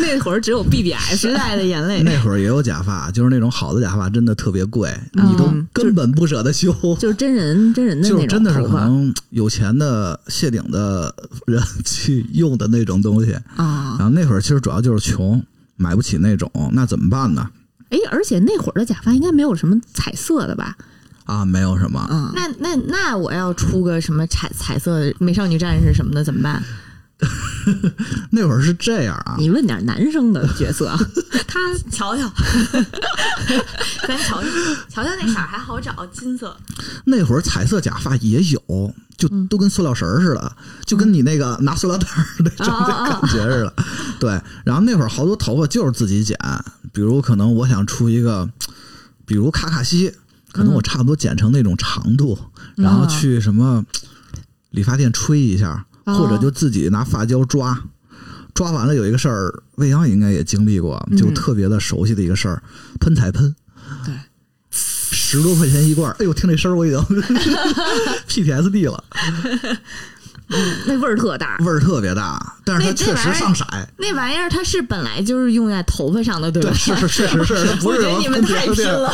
那会儿只有 BBS。时代的眼嗯泪。 [laughs] 那会儿也有假发，就是那种好的假发，真的特别贵，你都根本不舍得修。嗯就是真人真人的就是那种真的是头可发能有钱的谢顶的人去用的那种东西，啊然，后那会儿其实主要就是穷，买不起那种，那怎么办呢？哎，而且那会儿的假发应该没有什么彩色的吧？啊，没有什么，啊，那那那我要出个什么彩彩色美少女战士什么的怎么办？那会儿是这样啊，你问点男生的角 [laughs] 色，啊他瞧瞧， [laughs] 咱瞧瞧，瞧瞧那色儿还好找，金色。那会儿彩色假发也有，就都跟塑料绳儿似的，就跟你那个拿塑料袋儿那种哦的感觉似的。对，然后那会儿好多头发就是自己剪，比如可能我想出一个，比如卡卡西，可能我差不多剪成那种长度，嗯然后去什么理发店吹一下，哦或者就自己拿发胶抓。抓完了有一个事儿，未央应该也经历过，就特别的熟悉的一个事儿，喷彩喷。嗯对，十多块钱一罐儿，哎呦，听这声儿我已经 [laughs] [laughs] PTSD 了，那味儿特大。味儿特别大，但是它那这确玩实意儿上色。那玩意儿它是本来就是用在头发上的，对吧对，？是是确实是，它 [laughs] 不我是觉得什你么们喷太头拼的，了，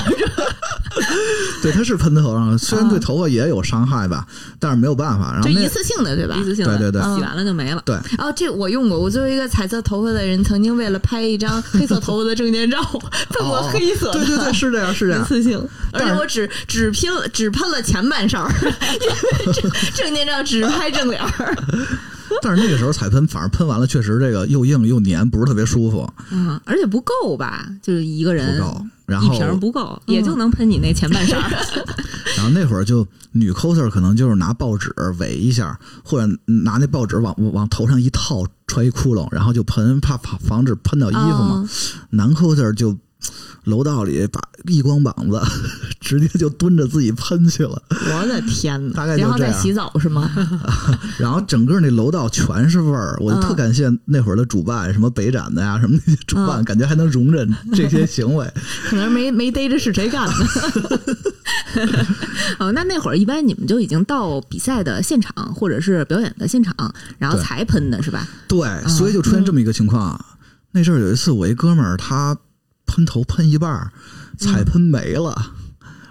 对，它是喷头上的，虽然嗯对头发也有伤害吧，但是没有办法。然后就那一次性的，对吧一？次性的，对对对洗完了就没了。对，哦，这我用过。我作为一个彩色头发的人，曾经为了拍一张黑色头发的证件照， [laughs] 喷过哦黑色的。对对对，是这样是这一样，次性，而且但是我只只拼了只喷了前半勺儿， [laughs] 因为证证件照只拍正脸儿。但是那个时候彩喷，反正喷完了确实这个又硬又粘，不是特别舒服，嗯，而且不够吧，就是一个嗯不人够。然一后瓶儿不够，也就能喷你那 [laughs] 前半勺。然后那会儿就女 coser 可能就是拿报纸围一下，或者拿那报纸往往头上一套，穿一窟窿，然后就喷，怕防防止喷到衣服嘛。哦男 coser 就楼道里把一光膀子 [laughs] 直接就蹲着自己喷去了，我的天大哪！概就然后这再样洗澡是吗？ [laughs] 然后整个那楼道全是味儿，我就特嗯感谢那会儿的主办，什么北展的呀，什么那些主办，嗯感觉还能容忍这些行为。可能没没逮着是谁干 [laughs] 的。哦，那那会儿一般你们就已经到比赛的现场或者是表演的现场，然后对才喷的是吧？对，所以就出现这么一个情况。啊。那阵儿有一次，我一哥们儿他喷头喷一半儿，彩喷没了。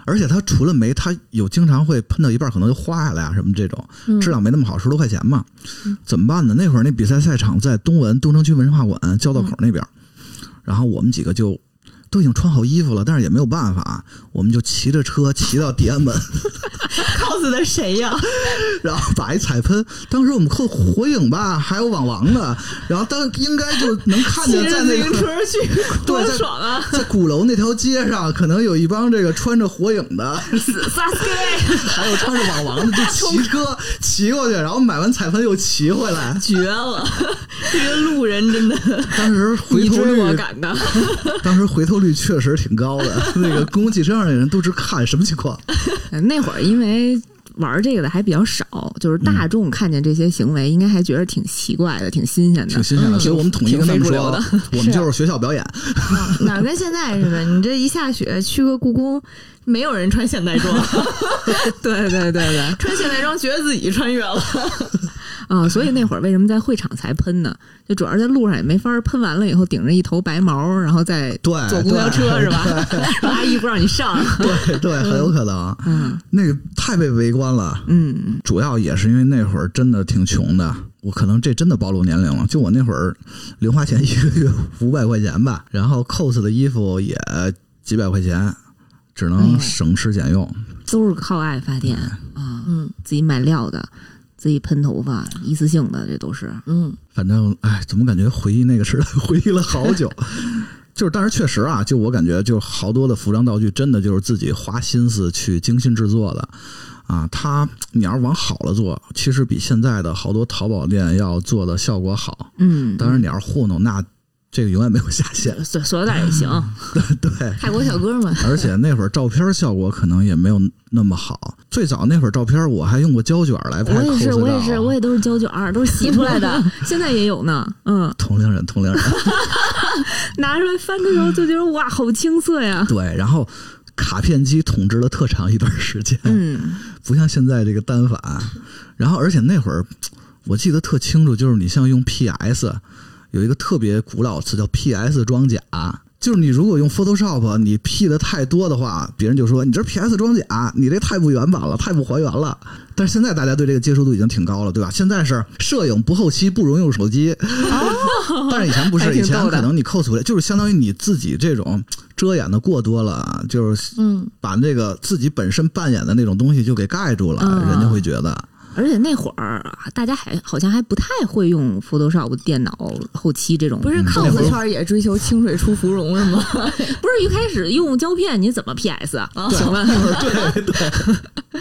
而且他除了没，他有经常会喷到一半儿可能就坏了呀，什么这种质量没那么好，十多块钱嘛，怎么办呢？那会儿那比赛赛场在东文东城区文化馆交道口那边儿，然后我们几个就都已经穿好衣服了，但是也没有办法，我们就骑着车骑到地安门， cos 的谁 [laughs] 呀？ [laughs] 然后把一彩喷，当时我们扣火影吧，还有网王的，然后当应该就能看见在那个车去，对在爽啊！在鼓楼那条街上，可能有一帮这个穿着火影的，撒开，还有穿着网王的，就骑车骑过去，然后买完彩喷又骑回来。绝 [laughs] 了！这个路人 [laughs] 真的，当时回你头追我率，赶的。当时回头率确实挺 [laughs] 高的。那个公共汽车上的人都直看什么情况，呃那会儿因为玩这个的还比较少，就是大嗯众看见这些行为，应该还觉得挺奇怪的，挺新鲜挺的。新鲜的。所以我们统一跟他们说，啊我们就是学校表演。啊哪跟现在似的？你这一下雪去个故宫，没有人穿现代 [laughs] 装， [laughs] 对对对对，啊、穿现代装觉得自己穿越了。所以那会儿为什么在会场才喷呢？就主要是在路上也没法儿喷完了以后顶着一头白毛，然后再对坐公交车对是吧？ [laughs] 阿姨不让你上。对对，很有可能。 [laughs] 嗯那个太被围观了，嗯，主要也是因为那会儿真的挺穷的，我可能这真的暴露年龄了。就我那会儿零花钱一个月五百块钱吧， [laughs] 然后 cos 的衣服也几百块钱，只能省吃俭用。都是靠爱发电啊，嗯自己买料的，自己喷头发，一次性的，这都是。嗯，反正哎，怎么感觉回忆那个时代回忆了好久？ [laughs] 就是，但是确实啊，就我感觉，就好多的服装道具真的就是自己花心思去精心制作的啊。它你要是往好了做，其实比现在的好多淘宝店要做的效果好。嗯，当然，你要是糊弄，那这个永远没有下限。所所有点儿也行。对，泰国小哥嘛，而且那会儿照片效果可能也没有那么好。最早那会儿照片，我还用过胶卷来拍我也 cos 是，照。我也是，我也都是胶卷儿，都是洗出来的，现在也有呢。嗯，同龄人，同龄人。拿出来翻的时候就觉得哇，好青涩呀。对，然后卡片机统治了特长一段时间，嗯，不像现在这个单反。然后，而且那会儿我记得特清楚，就是你像用 PS，有一个特别古老的词叫 PS 装甲。就是你如果用 Photoshop，你 P 的太多的话，别人就说你这 PS 装甲，你这太不原版了，太不还原了。但是现在大家对这个接受度已经挺高了，对吧？现在是摄影不后期不容用手机，但是以前不哦还是，以挺前逗的可能你 cos 出来就是相当于你自己这种遮掩的过多了啊，就是嗯，把那个自己本身扮演的那种东西就给盖住了，嗯人家会觉得而且那会儿啊大家还好像还不太会用 Photoshop 电脑后期这种，不是嗯那会 cos 儿圈也追求清水出芙蓉是 [laughs] 吗？不是一开始用胶片你怎么 PS 啊？请问那会儿对对，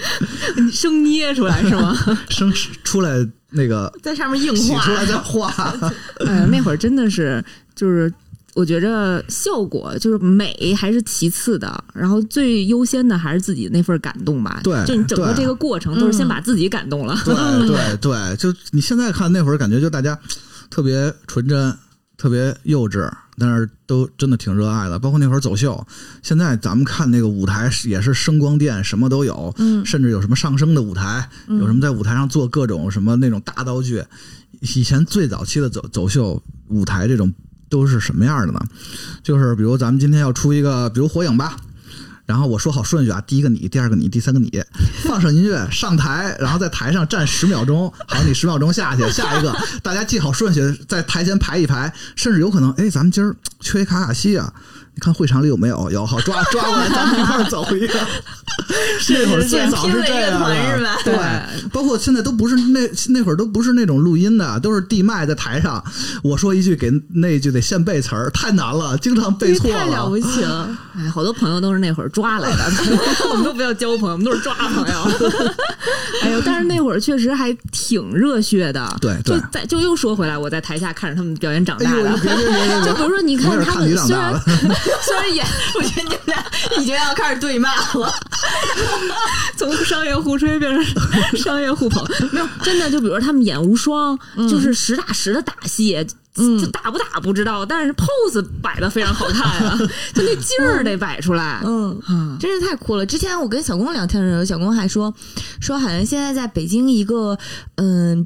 你生捏出来是吗？生出来那个在上面硬洗画出，来再画，哎，那会儿真的是就是。我觉着效果就是美还是其次的，然后最优先的还是自己那份感动吧。对就你整个对这个过程都是先嗯把自己感动了。对对对，就你现在看那会儿，感觉就大家特别纯真，特别幼稚，但是都真的挺热爱的。包括那会儿走秀，现在咱们看那个舞台是也是声光电什么都有，嗯甚至有什么上升的舞台，有什么在舞台上做各种什么那种大道具。以前最早期的走走秀舞台这种都是什么样的呢？就是比如咱们今天要出一个，比如火影吧。然后我说好顺序啊，第一个你，第二个你，第三个你，放上音乐上台，然后在台上站十秒钟，好，你十秒钟下去，下一个大家记好顺序，在台前排一排，甚至有可能，哎，咱们今儿缺一卡卡西啊，你看会场里有没有？有，好抓抓过来，咱们一块儿走一个。 [laughs] 那会儿最早是这样啊的，对，包括现在都不是那那会儿都不是那种录音的，都是地麦在台上，我说一句给那一句得现背词儿，太难了，经常背错啊太了不起了。哎，好多朋友都是那会儿抓来的， [laughs] 我们都不要交朋友，我们都是抓朋友。 [laughs] 哎呦，但是那会儿确实还挺热血的。对对就在就又说回来，我在台下看着他们表演长大哎呦，的。 [laughs] 别别别别就别！比如说，你我看也是他看你们长虽大然了，虽然演，我觉得你们俩已经要开始对骂了。从商业互吹变 [laughs] 成商业互捧，没有真的就比如他们演无双，嗯就是实打实的打戏。嗯就打不打不知道，但是 pose 摆的非常好看 [laughs] 啊，就那劲儿得摆出来。嗯，啊，真是太酷了。之前我跟小公聊天的时候，小公还说说好像现在在北京一个嗯。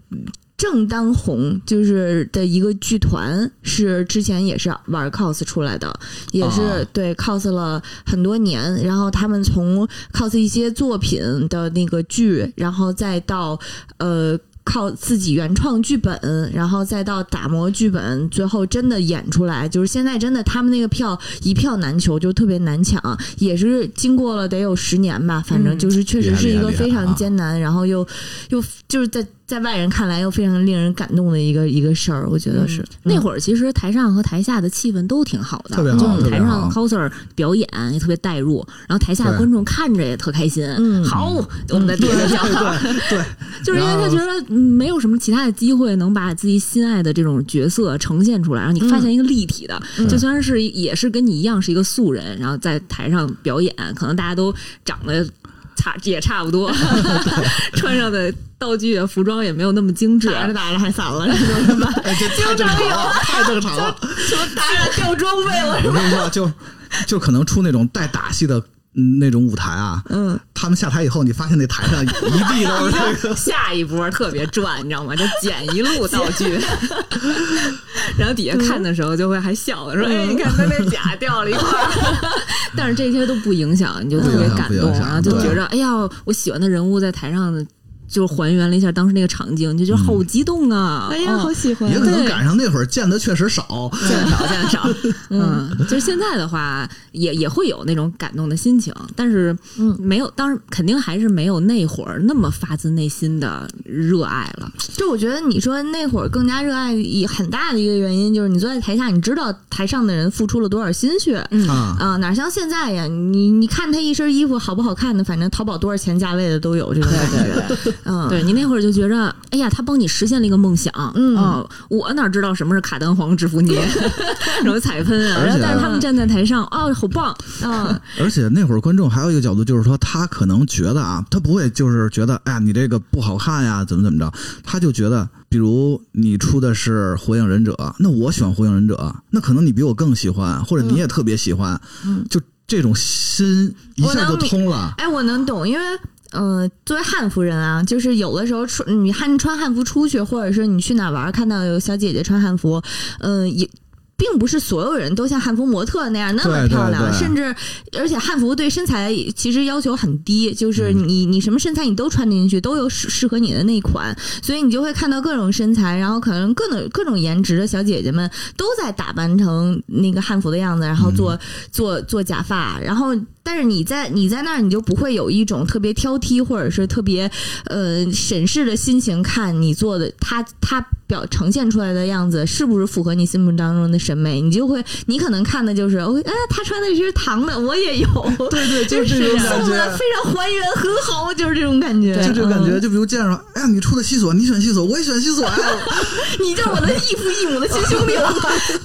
正当红就是的一个剧团，是之前也是玩 cos 出来的，也是、哦对 cos 了很多年。然后他们从 cos 一些作品的那个剧，然后再到呃靠自己原创剧本，然后再到打磨剧本，最后真的演出来。就是现在真的他们那个票一票难求，就特别难抢，也是经过了得有十年吧，反正嗯就是确厉实害是一厉害个厉害非常啊艰难，然后又又就是在在外人看来又非常令人感动的一个一个事儿，我觉得是、嗯那儿会儿其实台上和台下的气氛都挺好的，特别好就是特别台好上 coser 表演也特别带入，然后台下对观众看着也特开心。嗯好，我们在底下 [laughs] 讲，对，就是因为他觉得嗯没有什么其他的机会能把自己心爱的这种角色呈现出来，然后你发现一个立体的，就虽然是也是跟你一样是一个素人，然后在台上表演，可能大家都长得差也差不多，穿上的道具啊服装也没有那么精致，。打着打着还散了，哎这太正常了，太正常了。什么打打掉装备了，我跟你说，就就可能出那种带打戏的嗯那种舞台啊，嗯，他们下台以后，你发现那台上一地都是那个下一波特别赚，你知道吗？就捡一路道 [laughs] 具， [laughs] 然后底下看的时候就会还笑嗯说：“哎，你看他那甲掉了一块 [laughs] 儿。”但是这些都不影响，你就特别感不动影响啊，就对觉着哎呀，我喜欢的人物在台上就还原了一下当时那个场景，你就觉得嗯好激动啊！哎呀，好嗯喜欢也，可能对赶上那会儿见的确实少，见少见少， [laughs] 嗯，就是现在的话，也也会有那种感动的心情，但是嗯没有，当然肯定还是没有那会儿那么发自内心的热爱了。就我觉得你说那会儿更加热爱，以很大的一个原因就是你坐在台下，你知道台上的人付出了多少心血。嗯啊，啊、哪像现在呀？你你看他一身衣服好不好看的，反正淘宝多少钱价位的都有这种感觉。嗯，对你那会儿就觉着，哎呀，他帮你实现了一个梦想，嗯啊我哪知道什么是卡丹黄制服捏，什么彩喷啊，而且然后但是他们站在台上，哦，好棒，嗯，而且那会儿观众还有一个角度，就是说他可能觉得啊，他不会就是觉得，哎呀，你这个不好看呀，怎么怎么着，他就觉得，比如你出的是《火影忍者》，那我喜欢《火影忍者》，那可能你比我更喜欢，或者你也特别喜欢，嗯就这种心一下就通了。哎，我能懂，因为。呃，作为汉服人啊，就是有的时候穿你汉穿汉服出去，或者是你去哪玩儿看到有小姐姐穿汉服，嗯、也并不是所有人都像汉服模特那样那么对对漂亮，对甚至而且汉服对身材其实要求很低，就是你你什么身材你都穿进去，都有适适合你的那一款，所以你就会看到各种身材，然后可能各种各种颜值的小姐姐们嗯都在打扮成那个汉服的样子，然后做、做做假发，然后但但是你在你在那儿，你就不会有一种特别挑剔或者是特别呃审视的心情看你做的他他表呈现出来的样子是不是符合你心目当中的审美，你就会你可能看的就是，哦，哎，他穿的是糖的，我也有，对 [laughs] 对，就是这种感送的觉非。常还原，很好，就是这种感觉，就这种感嗯觉，就比如见着，哎呀，你出的西索，你选西索，我也选西索，哎呀，你就是我的异父异母的亲兄弟了。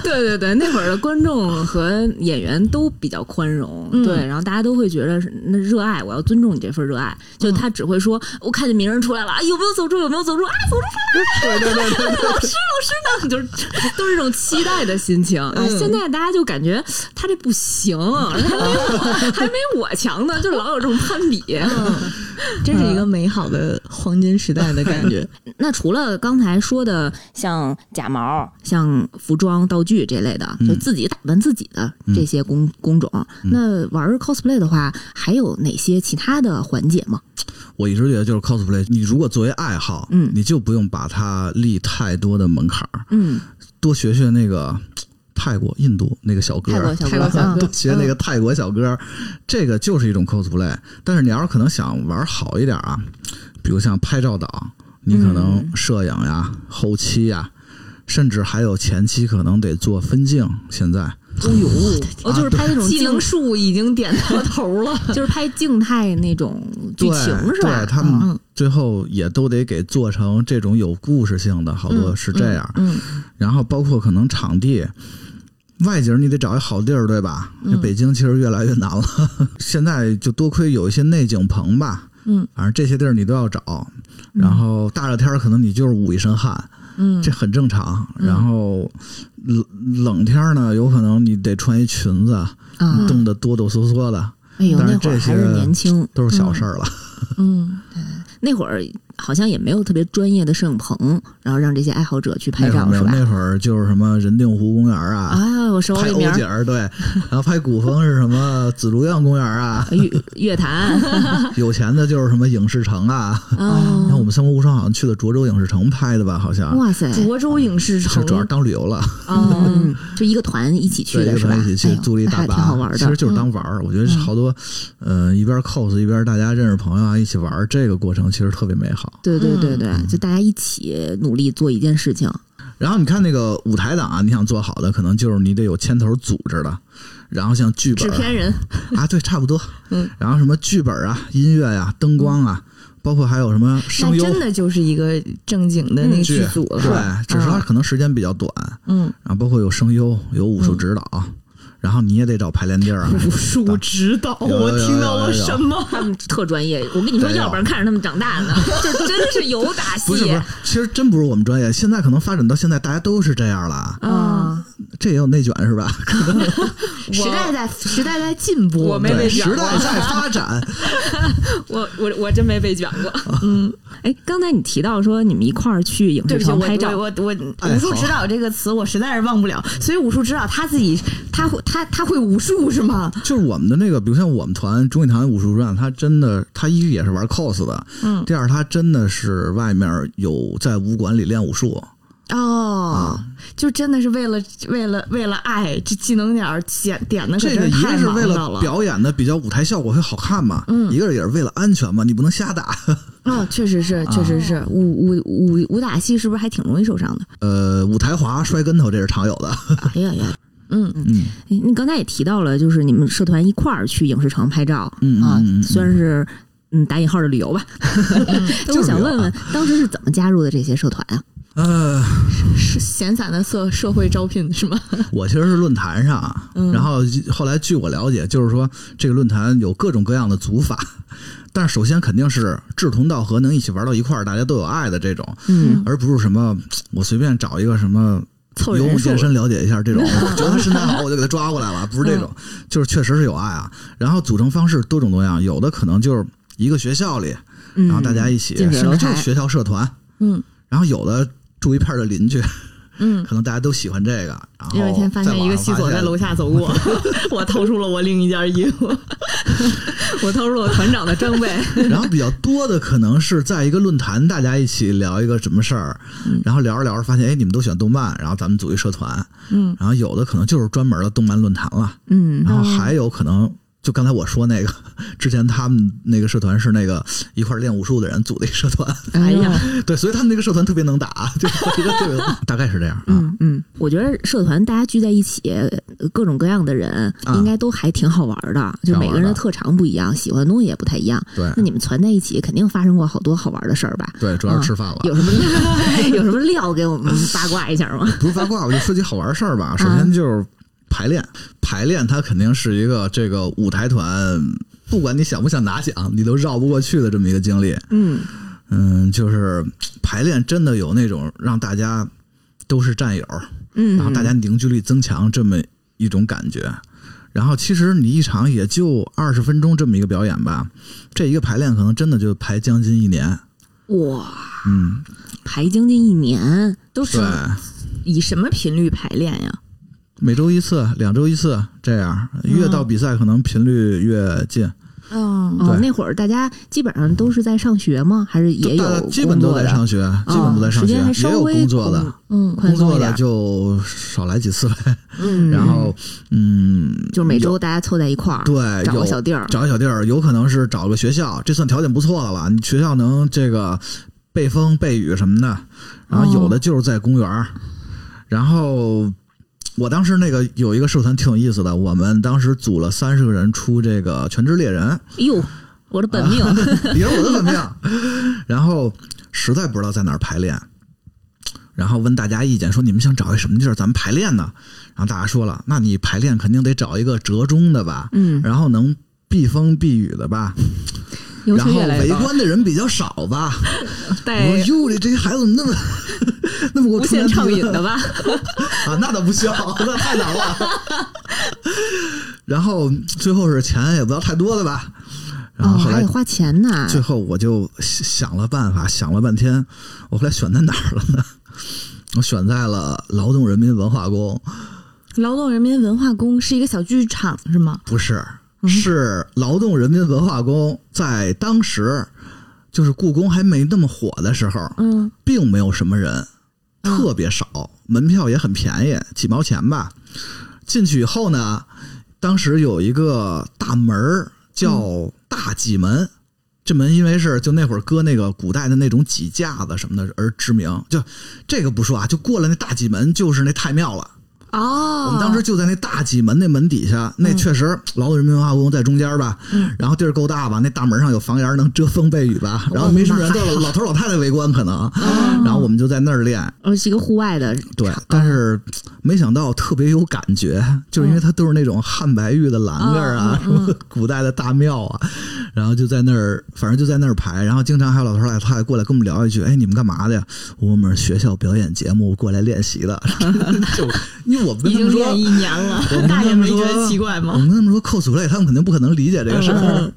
对对对，那会儿的观众和演员都比较宽容，嗯对，然后大家都会觉得是那热爱，我要尊重你这份热爱。就他只会说，嗯我看见名人出来了，啊，有没有走出？有没有走出？啊，走啊出！对对对 [laughs] 对对，出来了，就是都是一种期待的心情。嗯哎现在大家就感觉他这不行，还没我还没我强呢，就老有这种攀比。真是一个美好的黄金时代的感觉。那除了刚才说的像假毛、像服装、道具这类嗯的，就自己打扮自己的这些工、工种，那玩 cosplay 的话，还有哪些其他的环节吗？我一直觉得就是 cosplay，你如果作为爱好，嗯你就不用把它立太多的门槛儿，嗯，多学学那个泰国、印度那个小哥泰儿国，小泰哥，国小哥多学那个泰国小哥儿，这个就是一种 cosplay。但是你要是可能想玩好一点啊，比如像拍照党，你可能摄影呀、后期呀，甚至还有前期可能得做分镜。现在哦啊呦，哦，就是拍那种技静能，树已经点到头了， [laughs] 就是拍静态那种剧对情是吧？对，他嗯们最后也都得给做成这种有故事性的，好多是这样。嗯，然后包括可能场地。外景你得找一好地儿，对吧？嗯这北京其实越来越难了， [laughs] 现在就多亏有一些内景棚吧。嗯，反正这些地儿你都要找。然后大热天儿可能你就是捂一身汗，嗯这很正常。然后冷冷天儿呢，有可能你得穿一裙子，嗯啊，冻得哆哆嗦嗦的，哎呦，但是那会儿这还些是年轻，都是小事儿了。嗯，那会儿好像也没有特别专业的摄影棚，然后让这些爱好者去拍那会儿照没是有，吧？那会儿就是什么人定湖公园啊，啊，我手拍里欧名儿景儿对， [laughs] 然后拍古风是什么紫竹院公园啊，哎乐乐 [laughs] 坛有钱的就是什么影视城啊。啊然后我们三国无双好像去了涿州影视城拍的吧，好像哇塞，涿州影视是城主要是当旅游了，嗯，就一个团一起去对，一的个是吧？团一起哎去呦租了一大还巴，挺好玩的。嗯其实就是当玩儿。我觉得是好多，呃，一边 cos 一边大家认识朋友啊，一起玩儿，这个过程其实特别美好。对对对嗯对，就大家一起努力做一件事情。然后你看那个舞台档啊，你想做好的，可能就是你得有牵头组织的，然后像剧制本片人，啊，对，差不多，嗯，然后什么剧本啊、音乐呀、灯光啊，包括还有什么声那优真的就是一个正经的那个剧剧组了，对，只嗯是它可能时间比较短，嗯，然后包括有声优、有武术指导，然后你也得找排练地儿啊。 [laughs] 武术指导，有有我听到了有有有什 [laughs] 么？他们特专业，我跟你说，对要不然看着他们长 [laughs] 大呢，就真的是有打不是不戏是，其实真不是我们专业。现在可能发展到现在，大家都是这样了。嗯啊。这也有内卷是吧？时代在时代在进步，我没对，被时啊卷过代在发展。 [laughs] 我我我真没被卷过。嗯，哎，刚才你提到说你们一块儿去影对视不起，城我拍照，我我我哎武术好指导这个词我实在是忘不了，所以武术指导他自己他会他他会武术是吗？就是我们的那个，比如像我们团中艺堂武术传，他真的，他一也是玩 cos 的，嗯第二他真的是外面有在武馆里练武术，哦，就真的是为了为了为了爱，这技能点儿点点的可这个真一是太个是为忙到了。表演的比较舞台效果会好看嘛，嗯一个也是为了安全嘛，你不能瞎打。哦，确实是，确实啊是，武武武武打戏是不是还挺容易受伤的？呃，舞台滑、摔跟头这是常有的。哎呀呀，嗯，嗯哎你刚才也提到了，就是你们社团一块儿去影视城拍照，嗯啊嗯嗯，嗯虽然是嗯打引号的旅游吧。 [laughs] 那啊我想问问，当时是怎么加入的这些社团啊？呃， [laughs] 是闲散的社社会招聘是吗？我其实是论坛上啊，然后后来据我了解，就是说这个论坛有各种各样的组法，但是首先肯定是志同道合，能一起玩到一块儿，大家都有爱的这种，嗯，而不是什么我随便找一个什么凑游人牧数健身了解一下这种，我觉得他身材好，我就给他抓过来了，不是这种，嗯就是确实是有爱啊。然后组成方式多种多样，有的可能就是一个学校里，嗯然后大家一起，近水甚楼至就台是学校社团，嗯，然后有的住一片儿的邻居，嗯， [laughs] 可能大家都喜欢这个。然 [laughs] 后有一天发现一个西西索在楼下走过， [laughs] 我掏出了我另一件衣服， [laughs] 我透露了团长的装 [laughs] 备。然后比较多的可能是在一个论坛，大家一起聊一个什么事儿，嗯然后聊着聊着发现，哎，你们都喜欢动漫，然后咱们组一社团，嗯，然后有的可能就是专门的动漫论坛了，嗯然后还有可能就刚才我说那个， [laughs] 之前他们那个社团是那个一块儿练武术的人组的一社团， [laughs] 哎呀，对，所以他们那个社团特别能打， [laughs] 就是我觉得特别能打 [laughs] 大概是这样啊。嗯嗯，我觉得社团大家聚在一起，呃各种各样的人啊应该都还挺好玩的，就每个人的特长不一样，喜欢的东西也不太一样。对那你们攒在一起，肯定发生过好多好玩的事儿吧？对，主要是吃饭了。有什 [laughs] 么有什么料给我们八卦一下吗？不是八卦，我就说几好玩事儿吧。首先就是排练，排练它肯定是一个这个舞台团，不管你想不想拿奖，你都绕不过去的这么一个经历。嗯嗯，就是排练真的有那种让大家都是战友，嗯，然后大家凝聚力增强这么一种感觉。然后其实你一场也就二十分钟这么一个表演吧，这一个排练可能真的就排将近一年。哇，嗯，排将近一年，都是对，以什么频率排练呀？每周一次，两周一次，这样嗯越到比赛可能频率越近。嗯哦，对那会儿大家基本上都是在上学吗？还是也大家有基本都在上学？学，基本都在啊上时学，间还也稍有微工作的，嗯宽松工作一的点，就少来几次呗。嗯然后，嗯，就是每周大家凑在一块儿，对找有个小地儿，找个小地儿，有可能是找个学校，这算条件不错了吧？你学校能这个背风背雨什么的，然后有的就是在公园儿、然后我当时那个有一个社团挺有意思的，我们当时组了三十个人出这个《全职猎人哟，我的本命，》， [laughs] 也是我的本命，然后实在不知道在哪儿排练。然后问大家意见，说你们想找一什么地儿，咱们排练呢？然后大家说了，那你排练肯定得找一个折中的吧，嗯，然后能避风避雨的吧，要然求后越来越围高了，观的人比较少 [laughs] 吧。我带说哟，这这些孩子怎么那么 [laughs] 那么给我无出限难题畅饮了的吧？ [laughs] 啊？那倒不需要，那太难了。 [laughs] 然后最后是钱也不要太多的吧。然后哦，后还来得花钱呢，最后我就想了办法，想了半天，我后来选在哪儿了呢？ [laughs] 我选在了劳动人民文化宫，劳动人民文化宫是一个小剧场是吗？嗯不是，是劳动人民文化宫，在当时就是故宫还没那么火的时候，嗯，并没有什么人，嗯特别少，门票也很便宜，几毛钱吧。进去以后呢，当时有一个大门儿嗯叫大戟门。这门因为是就那会儿搁那个古代的那种戟架子什么的而知名，就这个不说啊，就过了那大戟门就是那太庙了。哦我们当时就在那大戟门那门底下，嗯那确实劳动人民文化宫在中间吧，然后地儿够大吧，那大门上有房檐能遮风背雨哦吧，然后没什么人，都是老头老太太围观可能，啊嗯然后我们就在那儿练，呃，是一个户外 [laughs] 的，对，但是没想到特别有感觉，就是嗯因为它都是那种汉白玉的栏杆儿啊，什么古代的大庙啊，然后就在那儿，反正就在那儿排，然后经常还有老头儿老太太过来跟我们聊一句：“哎，你们干嘛的呀？”我们是学校表演节目过来练习的， [laughs] 就因为我们跟已经他们练说。一年了我们，跟大他爷们没说觉得奇怪我吗？们跟他们说 cosplay，他们肯定不可能理解这个事儿。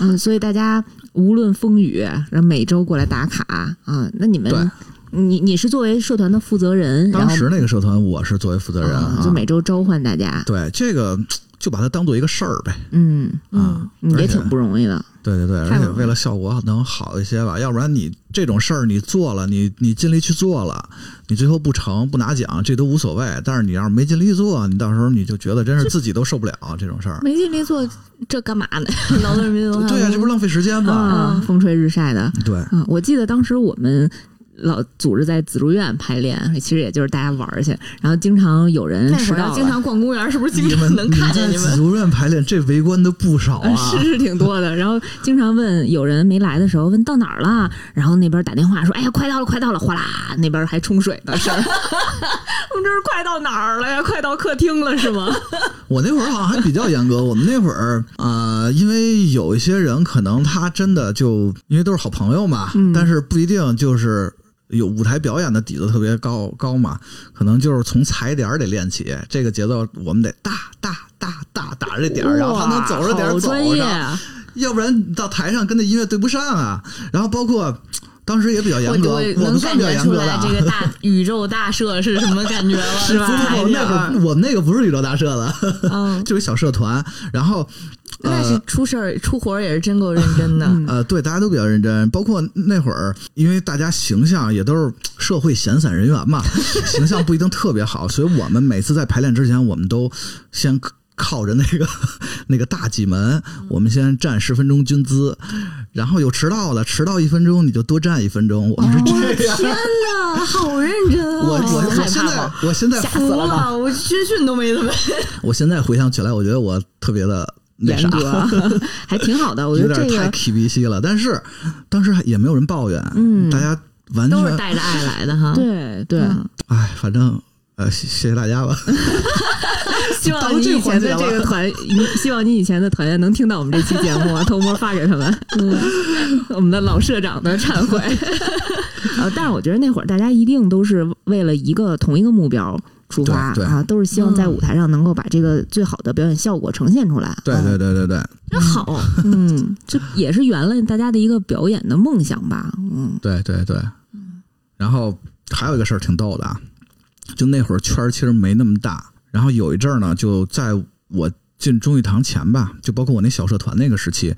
嗯，所以大家无论风雨，然后每周过来打卡啊，那你对们，你你是作为社团的负责人，然当后时那个社团，我是作为负责人啊啊，嗯就每周召唤大家，对这个就把它当做一个事儿呗。嗯，啊，你而也且挺不容易的，对对对，太而且忙为了效果能好一些吧，要不然你这种事儿你做了，你你尽力去做了，你最后不成不拿奖，这都无所谓。但是你要是没尽力做，你到时候你就觉得真是自己都受不了这种事儿。没尽力做这干嘛 [laughs] 呢？劳动人民文化对啊呀、这不是浪费时间吗？啊，风吹日晒的，对，啊，我记得当时我们老组织在紫竹院排练，其实也就是大家玩儿去，然后经常有人那迟会儿要到经了。常逛公园，是不是经你常们能看见在你紫们？竹院排练，这围观的不少啊。是是挺多的，然后经常问有人没来的时候问到哪儿了，然后那边打电话说：“哎呀，快到了，快到了！”哗啦，那边还冲水呢，事儿。 [laughs] 我们这是快到哪儿了呀？快到客厅了是吗？我那会儿好像还比较严格，我们那会儿呃，因为有一些人可能他真的就因为都是好朋友嘛，嗯但是不一定就是。有舞台表演的底子特别高高嘛，可能就是从踩点儿得练起，这个节奏我们得大大大大打着点儿，然后他能走着点哇儿好走专业上，啊！要不然你到台上跟那音乐对不上啊。然后包括当时也比较严格，我我能们感算比较觉严出格的来啊，这个大宇宙大社是什么感觉 [laughs] 了，是不不不，那会 [laughs] 儿我们那个不是宇宙大社的，嗯， [laughs] 就是小社团。然后那是出事儿出活儿也是真够认真的。嗯呃，对，大家都比较认真，包括那会儿，因为大家形象也都是社会闲 [laughs] 散人员嘛，形象不一定特别好，所以我们每次在排练之前，我们都先靠着那个 [laughs] 那个大挤门，我们先站十分钟军姿，然后有迟到的，迟到一分钟你就多站一分钟。我哦们是这样，天哪，[laughs] 嗯好认真啊！我我我现害怕在吗我现在吓死了吧？哇，我军训都没怎么。我现在回想起来，我觉得我特别的那严啥，格 [laughs] 还挺好的，我觉有得这点个太 KBC 了。但是当时还也没有人抱怨，嗯大家完都是全带着爱来的哈。对对。嗯哎，反正呃，谢谢谢大家吧。希望你以前的这 [laughs] 个团，你希望你以前的团员能听到我们这期节目啊，偷摸发给他们。 [laughs] 我们的老社长的忏悔。 [laughs] 呃，但是我觉得那会儿大家一定都是为了一个同一个目标出发对对啊，都是希望在舞台上能够把这个最好的表演效果呈现出来。啊对对对对对真好，嗯，这也是圆了大家的一个表演的梦想吧。嗯，对对对。然后还有一个事儿挺逗的啊，就那会儿圈儿其实没那么大，然后有一阵儿呢，就在我进中艺堂前吧，就包括我那小社团那个时期，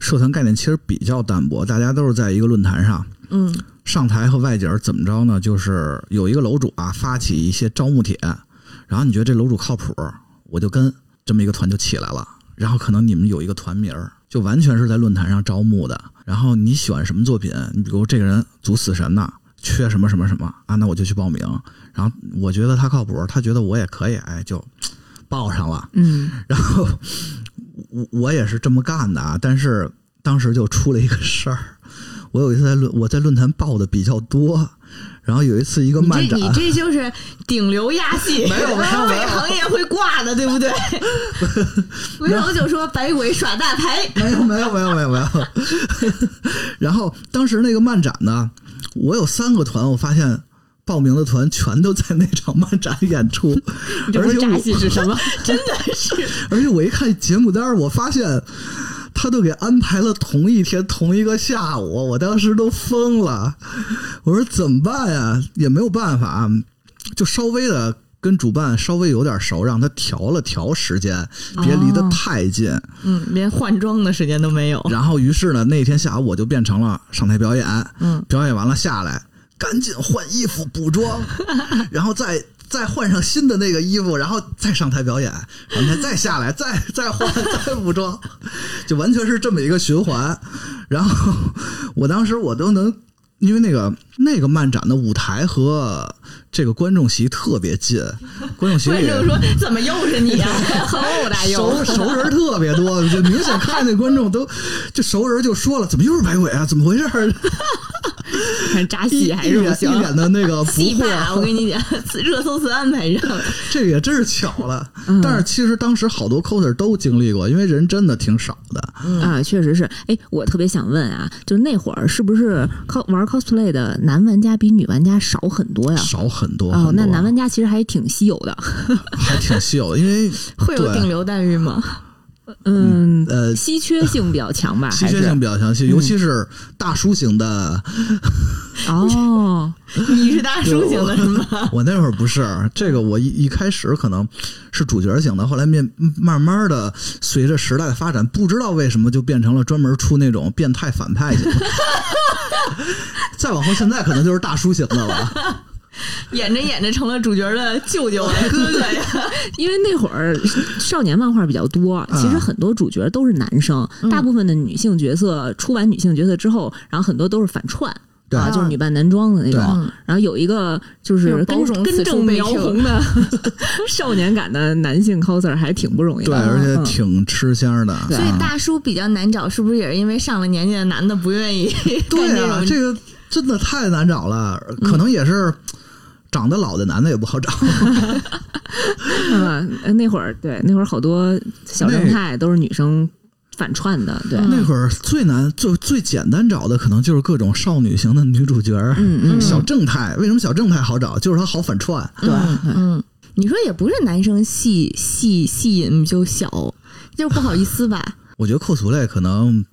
社团概念其实比较淡薄，大家都是在一个论坛上。嗯，上台和外景儿怎么着呢？就是有一个楼主啊发起一些招募帖，然后你觉得这楼主靠谱，我就跟这么一个团就起来了。然后可能你们有一个团名儿，就完全是在论坛上招募的。然后你喜欢什么作品？你比如这个人组死神呐，缺什么什么什么啊，那我就去报名。然后我觉得他靠谱，他觉得我也可以，哎，就报上了。嗯，然后我我也是这么干的啊，但是当时就出了一个事儿。我有一次在论我在论坛报的比较多，然后有一次一个你漫这展你，这就是顶流压戏，没有没有没北航也会挂的，对不对？回头就说百鬼耍大牌，没有没有没有没有 [laughs] 没有。然后当时那个漫展呢，我有三个团，我发现报名的团全都在那场漫展演出，你这而不是且扎我戏是什么？真的是而且我一看节目单儿，我发现他都给安排了同一天同一个下午，我当时都疯了。我说怎么办呀？也没有办法，啊就稍微的跟主办稍微有点熟，让他调了调时间，别离得太近。嗯，连换装的时间都没有。然后于是呢，那天下午我就变成了上台表演，嗯，表演完了下来，赶紧换衣服补妆， [laughs] 然后再。再换上新的那个衣服，然后再上台表演，然后再下来， [laughs] 再再换，再补妆，就完全是这么一个循环。然后我当时我都能，因为那个那个漫展的舞台和这个观众席特别近，观众席观里众说：“怎么又是你啊？好我哎大熟佑，熟人特别多，就明显看那观众都就熟人就说了，怎么又是百鬼啊？怎么回事儿？看扎 [laughs] 一戏还是一不脸行一。脸的那个不戏惑，霸！我跟你讲，热搜词安排上了，这也真是巧了。嗯但是其实当时好多 coser 都经历过，因为人真的挺少的。啊，确实是。哎，我特别想问啊，就那会儿是不是 cos 玩 cosplay 的男玩家比女玩家少很多呀？少很多啊哦，那很多男玩家其实还挺稀有的。还挺稀有的，因为会有对顶流待遇吗？嗯，呃，稀缺性比较强吧？稀还缺是嗯性比较强，尤其是大叔型的。哦，你是大叔型的是吗？ [laughs] 我那会儿不是这个，我一一开始可能是主角型的，后来面嗯慢慢的随着时代的发展，不知道为什么就变成了专门出那种变态反派 [laughs] 型的。再往后，现在可能就是大叔型 [laughs] 的了。演着演着成了主角的舅舅呀、哥哥呀，因为那会儿少年漫画比较多，嗯其实很多主角都是男生，大部分的女性角色出完女性角色之后，然后很多都是反串。对啊，就是女扮男装的那种对嗯。然后有一个就是包根容此根处正被苗 Q 红的 [laughs] 少年感的男性 coser 还挺不容易对，的。而且嗯挺吃香的。对所以啊大叔比较难找，是不是也是因为上了年纪的男的不愿意干对啊，种？这个真的太难找了，可能也是长得老的男的也不好找。嗯，呃那会儿对，那会儿好多小正太都是女生反串的，对，那会儿最难、最最简单找的，可能就是各种少女型的女主角儿。嗯嗯，小正太为什么小正太好找？就是她好反串。对，嗯，你说也不是男生戏戏戏瘾就小，就是不好意思吧？我觉得 cosplay 可能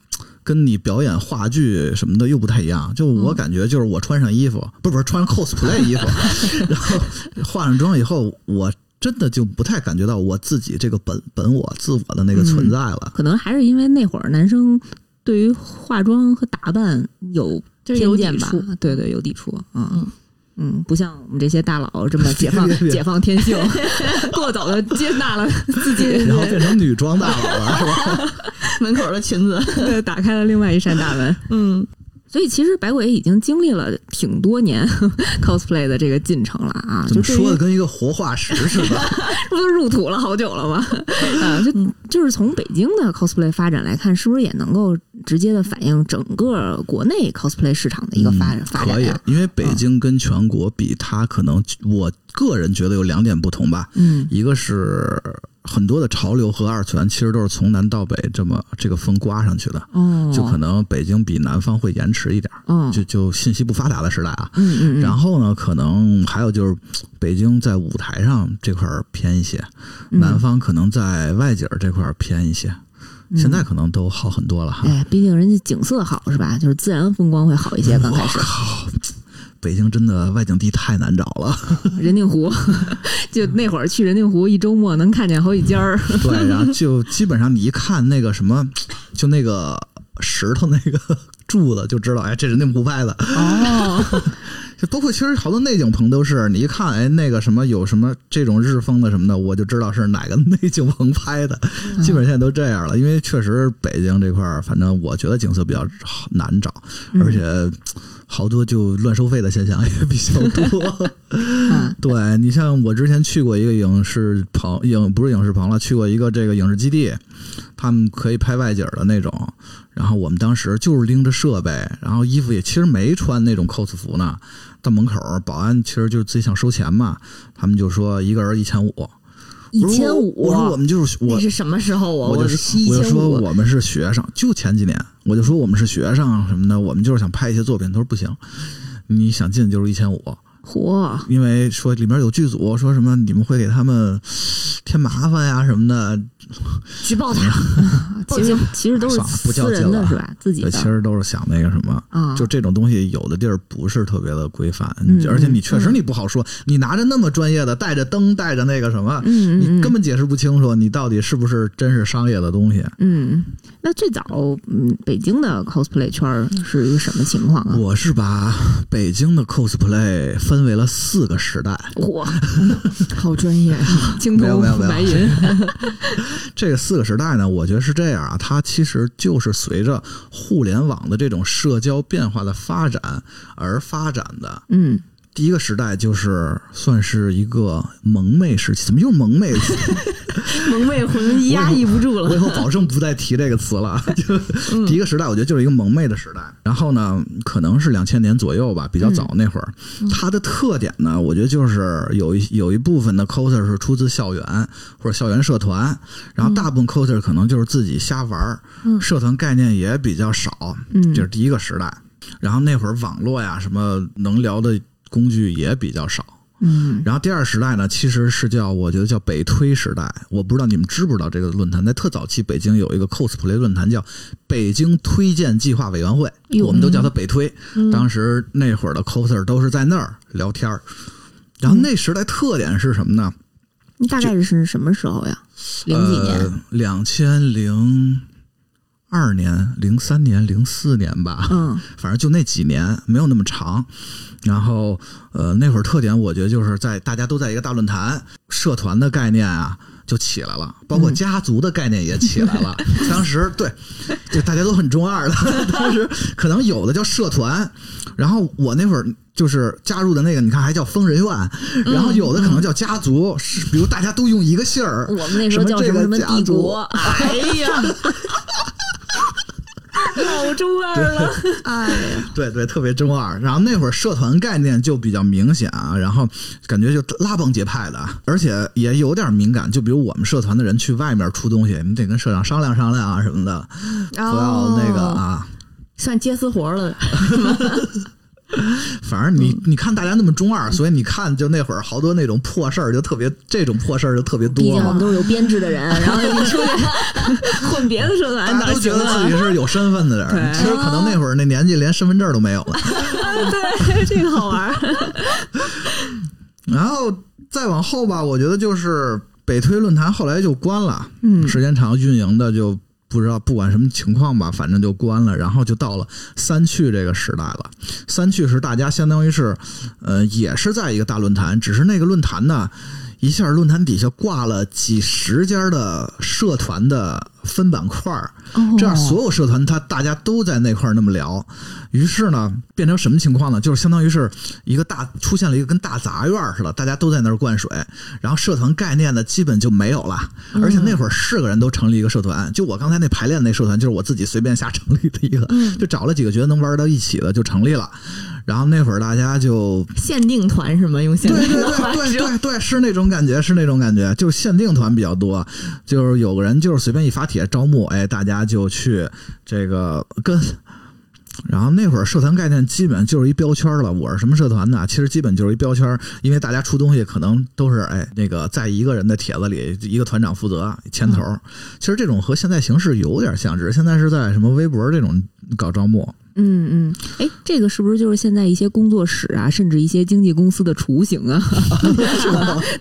跟你表演话剧什么的又不太一样。就嗯我感觉，就是我穿上衣服，不是不是穿 cosplay 衣服， [laughs] 然后化上妆以后，我真的就不太感觉到我自己这个本本我自我的那个嗯存在了。可能还是因为那会儿男生对于化妆和打扮有就是有偏见抵吧触，对对，有抵触，嗯，嗯，不像我们这些大佬这么解 [laughs] 放别别别解放天性， [laughs] 过早的接纳了自己，然后变成女装大佬 [laughs] 了，是吧？ [laughs] 门口的裙子，对打开了另外一扇大门。嗯所以其实百鬼已经经历了挺多年 [laughs] cosplay 的这个进程了啊，就怎么对于说的跟一个活化石似的？这不都入土了好久了吗？啊，就就是从北京的 cosplay 发展来看，是不是也能够直接的反映整个国内 cosplay 市场 [laughs] 的一个嗯发展、嗯发展啊可以呀？，因为北京跟全国比，它可能我个人觉得有两点不同吧。嗯一个是很多的潮流和二次元其实都是从南到北这么这个风刮上去的，哦，就可能北京比南方会延迟一点儿，哦，就就信息不发达的时代啊。嗯嗯嗯，然后呢，可能还有就是北京在舞台上这块儿偏一些，嗯南方可能在外景儿这块儿偏一些。嗯现在可能都好很多了哈。哎，毕竟人家景色好是吧？就是自然风光会好一些。刚开始嗯我靠，北京真的外景地太难找了。 [laughs] 人定湖，就那会儿去人定湖一周末能看见好几家 [laughs] 儿。对，然后就基本上你一看那个什么，就那个石头那个 [laughs] 柱子就知道，哎，这人家不拍的。 [laughs] 哦，就包括其实好多内景棚都是，你一看，哎，那个什么有什么这种日风的什么的，我就知道是哪个内景棚拍的。基本现在都这样了，因为确实北京这块儿，反正我觉得景色比较难找，而且好多就乱收费的现象也比较多。啊对你像我之前去过一个影视棚，影不是影视棚了，去过一个这个影视基地，他们可以拍外景的那种。然后我们当时就是拎着设备，然后衣服也其实没穿那种 cos 服呢。到门口，保安其实就自己想收钱嘛，他们就说一个人一千五，一千我说我五，们就是我啊那是什么时候啊？我就十一我就千说五，啊我们是学生，就前几年我就说我们是学生什么的，我们就是想拍一些作品。他说不行，你想进就是一千五，嚯，因为说里面有剧组说什么你们会给他们添麻烦呀什么的，举报 [laughs] 他，其实其实都是算了不较私劲人的了是吧？自己对其的实都是想那个什么。啊，就这种东西，有的地儿不是特别的规范，嗯而且你确实你不好说，你拿着那么专业的，带着灯，带着那个什么，嗯嗯你嗯根本解释不清楚，你到底是不是真是商业的东西。嗯，那最早嗯，北京的 cosplay 圈儿是一个什么情况啊？我是把北京的 cosplay 分为了四个时代， [laughs] 嚯，好专业啊！青没有铜没有没有白 [laughs] 银，这个四个时代呢，我觉得是这样啊，它其实就是随着互联网的这种社交变化的发展而发展的。嗯，第一个时代就是算是一个萌妹时期，怎么又是萌妹？萌妹魂压抑不住 [laughs] 我呃以了。后保证不再提这个词了。 [laughs] 就第一个时代，我觉得就是一个萌妹的时代。然后呢，可能是两千年左右吧，比较早那会儿。它的特点呢，我觉得就是有一有一部分的 coser 是出自校园或者校园社团，然后大部分 coser 可能就是自己瞎玩儿，社团概念也比较少。嗯这是第一个时代。然后那会儿网络呀，什么能聊的工具也比较少。嗯然后第二时代呢，其实是叫我觉得叫北推时代，我不知道你们知不知道这个论坛，在特早期北京有一个 cosplay 论坛叫北京推荐计划委员会，哟嗯我们都叫它北推。当时那会儿的 coser 都是在那儿聊天儿。然后那时代特点是什么呢？你大概是什么时候呀？零几年，呃，两千零二年、零三年、零四年吧。嗯反正就那几年没有那么长。然后呃，那会儿特点我觉得就是在大家都在一个大论坛，社团的概念啊。就起来了，包括家族的概念也起来了。当时对，就大家都很中二的。 [laughs] 当时可能有的叫社团，然后我那会儿就是加入的那个，你看还叫疯人院，然后有的可能叫家族，是比如大家都用一个姓儿，我们那时候叫什么什么帝国，哎呀，老中二了，哎呀，对对，特别中二。然后那会儿社团概念就比较明显啊，然后感觉就拉帮结派的，啊而且也有点敏感。就比如我们社团的人去外面出东西，你得跟社长商量商量啊什么的，不不要那个啊。哦算接私活了。反正你你看大家那么中二，所以你看就那会儿好多那种破事儿就特别，这种破事儿就特别毕多竟我嘛们。都是有编制的人， [laughs] 然后你出去混别的社团大哪家都觉行得啊自？己是有身份的人，对其实可能那会儿那年纪连身份证都没有了。 [laughs] 对，这个好玩儿。然后再往后吧，我觉得就是北推论坛后来就关了，嗯时间长运营的就。不知道不管什么情况吧，反正就关了，然后就到了三去这个时代了。三去是大家相当于是，呃，也是在一个大论坛，只是那个论坛呢，一下论坛底下挂了几十家的社团的分板块儿，这样所有社团它大家都在那块儿那么聊，于是呢，变成什么情况呢？就是相当于是一个大出现了一个跟大杂院似的，大家都在那儿灌水，然后社团概念呢基本就没有了。而且那会儿是个人都成立一个社团，就我刚才那排练那社团，就是我自己随便瞎成立的一个，就找了几个觉得能玩到一起的就成立了。然后那会儿大家就限定团是吗？用现 [laughs] 对 [laughs] 在对的话对对说，对对，是那种感觉，是那种感觉，就是限定团比较多，就是有个人就是随便一发帖招募，哎，大家就去这个跟。然后那会儿社团概念基本就是一标签了，我是什么社团的，其实基本就是一标签，因为大家出东西可能都是哎那个在一个人的帖子里，一个团长负责牵头。其实这种和现在形式有点像，只是现在是在什么微博这种搞招募。嗯嗯，哎，这个是不是就是现在一些工作室啊，甚至一些经纪公司的雏形啊？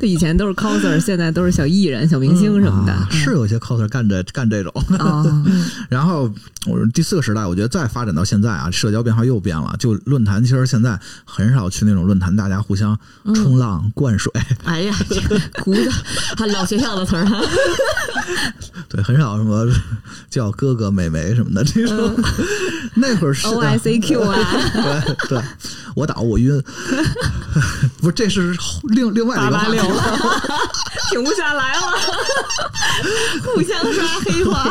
对， [laughs] 以前都是 coser，现在都是小艺人、小明星什么的。嗯啊是有些 coser 干这干这种。哦，然后我说第四个时代，我觉得再发展到现在啊，社交变化又变了。就论坛，其实现在很少去那种论坛，大家互相冲浪、灌水， [laughs] 哎呀， [laughs] 这古的，还老学校的词儿啊哈。对，很少什么叫哥哥、妹妹什么的 [laughs] 这种。那会儿是 O I C Q 啊，对对，我打我晕， [laughs] 不是，这是另另外一个话题。停不下来了，互相刷黑话。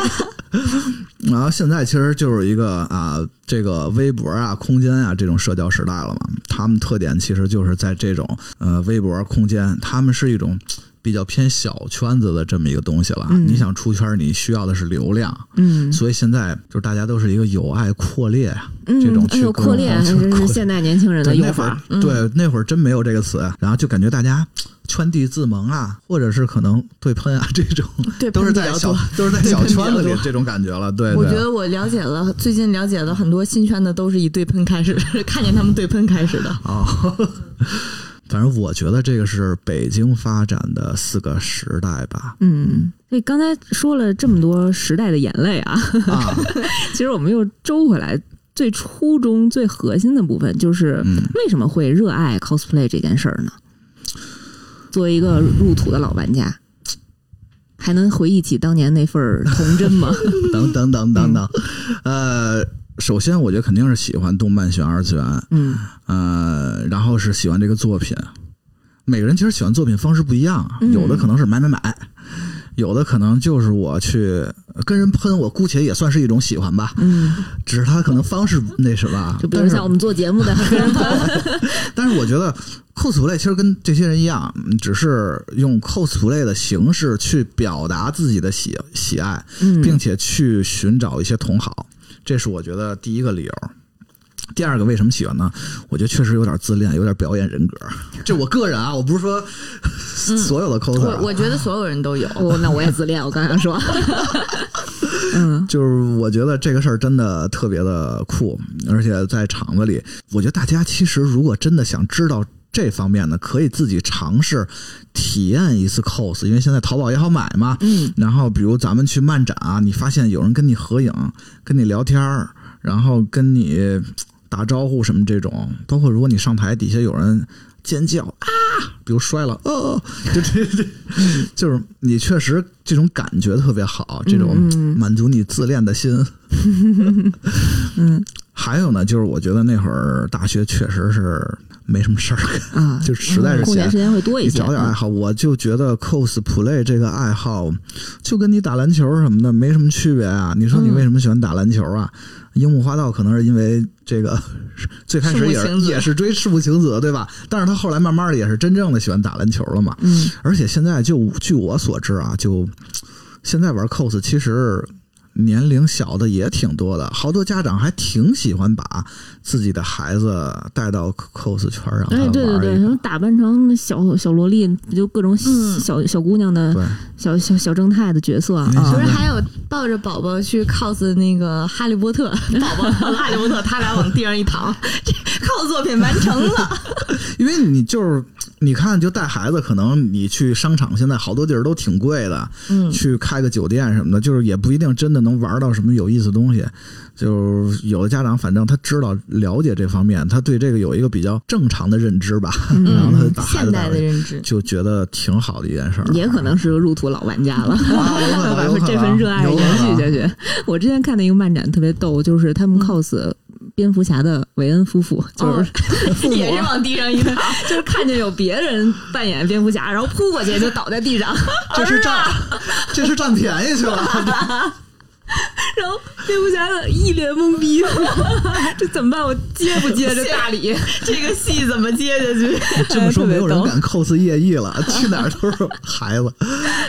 然后现在其实就是一个啊，这个微博啊、空间啊这种社交时代了嘛。他们特点其实就是在这种呃微博、空间，他们是一种比较偏小圈子的这么一个东西了。嗯你想出圈，你需要的是流量，嗯所以现在就是大家都是一个友爱扩列啊，这嗯种，哎去呦，各扩列还种真是现代年轻人的对，用那会儿法。嗯对那会儿真没有这个词，然后就感觉大家圈地自萌啊，或者是可能对喷啊这种， [laughs] 对都是喷比在较小多都是在小喷比较圈子里多这种感觉了。对，我对觉得我了解了，最近了解了很多新圈的，都是以对喷开始， [laughs] 看见他们对喷开始的。啊、 [laughs] 反正我觉得这个是北京发展的四个时代 [laughs] 吧。嗯，所以刚才说了这么多时代的眼泪啊， [laughs] 啊，其实我们又周回来最初中最核心的部分，就是嗯，为什么会热爱 cosplay 这件事儿呢？作为一个入土的老玩家，还能回忆起当年那份儿童真 [laughs] 吗？等等等等等，呃，首先我觉得肯定是喜欢动漫，喜欢二次元，嗯呃，然后是喜欢这个作品。每个人其实喜欢作品方式不一样，啊嗯有的可能是买买买，有的可能就是我去跟人喷，我姑且也算是一种喜欢吧，嗯，只是他可能方式那什么。就比但如是像我们做节目的， [laughs] 但是我觉得 cosplay 其实跟这些人一样，嗯只是用 cosplay 的形式去表达自己的喜喜爱，嗯并且去寻找一些同好，这是我觉得第一个理由。第二个为什么喜欢呢？我觉得确实有点自恋，有点表演人格。这我个人啊，我不是说所有的 coser，、啊嗯我我觉得所有人都有，哦，那我也自恋，我刚想 [laughs] 说，嗯就是我觉得这个事儿真的特别的酷，而且在厂子里，我觉得大家其实如果真的想知道这方面的，可以自己尝试体验一次 cos，因为现在淘宝也好买嘛。嗯，然后比如咱们去漫展啊，你发现有人跟你合影、跟你聊天儿，然后跟你嘖打招呼什么这种，包括如果你上台底下有人尖叫啊，比如摔了，哦，就这这，就是你确实这种感觉特别好，这种满足你自恋的心。嗯还有呢，就是我觉得那会儿大学确实是没什么事儿，啊，就实在是空闲闲嗯时。间会多一你些。嗯找点爱好，我就觉得 cosplay 这个爱好，就跟你打篮球什么的没什么区别啊。你说你为什么喜欢打篮球啊？樱木花道可能是因为这个，最开始也赤木是晴子也是追赤木晴子，对吧？但是他后来慢慢的也是真正的喜欢打篮球了嘛。嗯而且现在就据我所知啊，就现在玩 cos 其实年龄小的也挺多的，好多家长还挺喜欢把自己的孩子带到 cos 圈儿让他哎玩，对对对，一什下么打扮成那小小萝莉，就各种小、小姑娘的嗯对嗯小小小正太的角色啊，不是还有抱着宝 [laughs] 宝去 cos 那个哈利波特，宝宝抱着哈利波特，他俩往地上一躺，这靠作品完成 [laughs] 了。因为你就是你看，就带孩子，可能你去商场，现在好多地儿都挺贵的，嗯，去开个酒店什么的，就是也不一定真的能玩到什么有意思的东西。就是有的家长，反正他知道了解这方面，他对这个有一个比较正常的认知吧，嗯然后他把孩现子代带回的去，认知，就觉得挺好的一件事儿。也可能是个入土老玩家了。啊有可能把有可能这份热爱有可延续能啊下去。我之前看的一个漫展特别逗，就是他们 cos 蝙蝠侠的韦恩夫妇，哦就是 [laughs] 父母，啊啊也是往地上一躺，就是看见有别人扮演蝙蝠侠，然后扑过去就倒在地上，这是占，啊这是占便宜去了。然后蝙蝠侠一脸懵逼， [laughs] 这怎么办？我接不接这大礼？这个戏怎么接下去？哎这么说，没有人敢 cos 夜艺了，去哪儿都是孩子。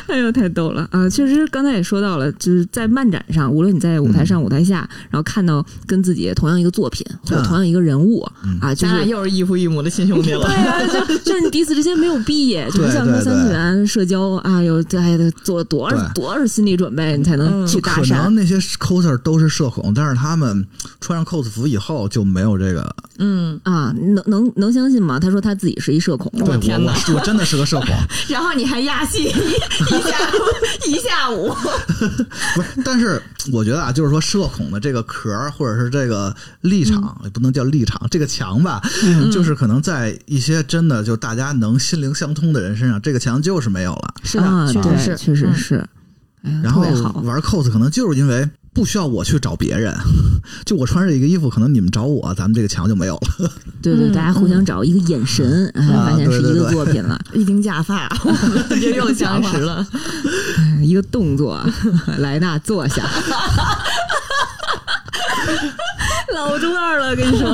哎呦，太逗了啊！确实，刚才也说到了，就是在漫展上，无论你在舞台上、舞台下，然后看到跟自己同样一个作品或者嗯同样一个人物、啊，就 [laughs] 咱俩 [laughs] 是。嗯又是异父异母的亲兄弟了对。啊，就就是你彼此之间没有毕业，就不对像对说三对次元社交，哎呦，这还得做多少对多少心理准备，你才能去搭可讪能。那些 coser 都是社恐，但是他们穿上 cos 服以后就没有这个。 [laughs] 嗯，啊，能能能相信吗？他说他自己是一社恐，对我天哪我我真的是 [laughs] 个社恐，然后你还压戏一下午一下午，不是。但是我觉得啊，就是说社恐的这个壳儿，或者是这个立场，嗯也不能叫立场，这个墙吧，就是可能在一些真的就大家能心灵相通的人身上，这个墙就是没有了。是啊，确对实是，确实是。哎呀，特然后别好。玩 cos 可能就是因为不需要我去找别人， [laughs] 就我穿这个衣服，可能你们找我，咱们这个墙就没有了。对对，嗯大家互相找一个眼神，哎，啊发现是对一对个对作品了， [laughs] 一顶假发，啊这又相识了。哎一个动作。 [laughs] 莱纳坐下， [laughs] 老中二了，跟你说。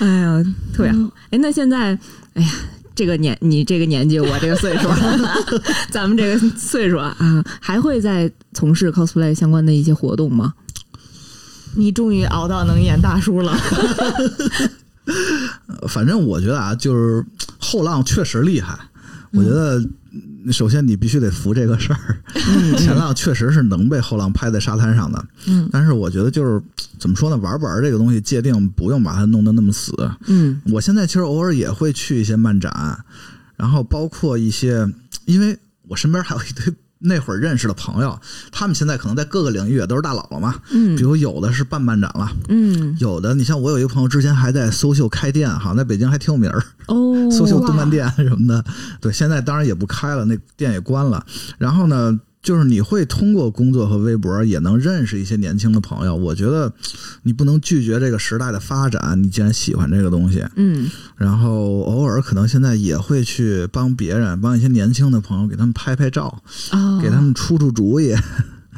哎呀，特别好。哎，那现在，哎呀。这个年，你这个年纪，我这个岁数，啊 [laughs] 咱们这个岁数啊，还会再从事 cosplay 相关的一些活动吗？ [laughs] 你终于熬到能演大叔了，呃反正我觉得啊，就是后浪确实厉害。我觉得，嗯首先你必须得服这个事儿。嗯前浪确实是能被后浪拍在沙滩上的，嗯但是我觉得就是怎么说呢，玩不玩这个东西界定不用把它弄得那么死。嗯我现在其实偶尔也会去一些漫展，然后包括一些，因为我身边还有一堆那会儿认识的朋友，他们现在可能在各个领域也都是大佬了嘛。嗯比如有的是办漫展了，嗯，有的你像我有一个朋友之前还在搜秀开店，好像在北京还挺有名儿，哦，搜秀动漫店什么的。对，现在当然也不开了，那店也关了。然后呢？就是你会通过工作和微博也能认识一些年轻的朋友，我觉得你不能拒绝这个时代的发展。你既然喜欢这个东西，嗯然后偶尔可能现在也会去帮别人，帮一些年轻的朋友，给他们拍拍照，哦，给他们出出主意。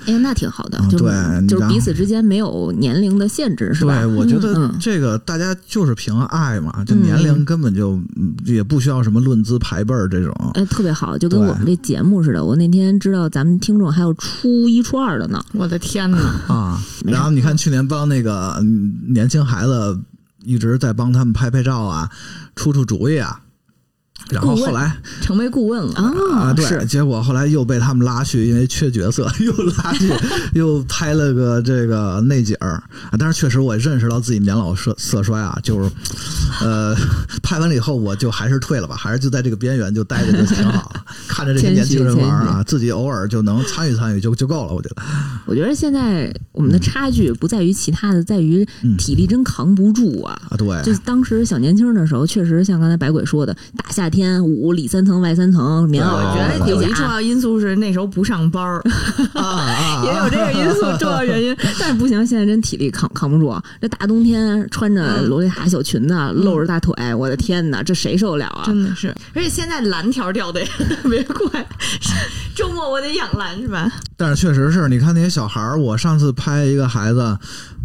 哎呀，那挺好的，啊就对就是然彼后此之间没有年龄的限制，是吧？对，我觉嗯得嗯这个大家就是凭爱嘛，这年龄根本就嗯也不需要什么论资排辈儿这种。哎，特别好，就跟对我们这节目似的。我那天知道咱们听众还有初一、初二的呢，我的 [laughs] 天哪！嗯啊。没然后你看去年帮那个嗯年轻孩子一直在帮他们拍拍照啊，出出主意啊。然后后来成为顾问了啊啊，对，是结果后来又被他们拉去，因为缺角色，又拉 [laughs] 去，又拍了个这个内景儿。啊但是确实我认识到自己年老色色衰啊，就是，呃， [laughs] 拍完了以后我就还是退了吧，还是就在这个边缘就待着就挺 [laughs] 好，看着这些年轻人玩儿谦啊，自己偶尔就能参与参与就就够了，我觉得。我觉得现在我们的差距不在于其他的，在于嗯体力真扛不住啊。啊，对，就是当时小年轻的时候，确实像刚才百鬼说的，大夏天捂里三层外三层棉袄，对我觉哦得有回一重家要因素是那时候不上班儿，啊啊，也有这个因 [laughs] 素重要原因，但是不行，现在真体力扛扛不住。啊这大冬天穿着洛丽塔小裙子，露着大腿，我的天哪，这谁受得了啊？真的是。而且现在蓝条掉的也 [laughs] 特别 [laughs] 快，周末我得养蓝是吧？嗯但是确实是你看那些小孩儿，我上次拍一个孩子，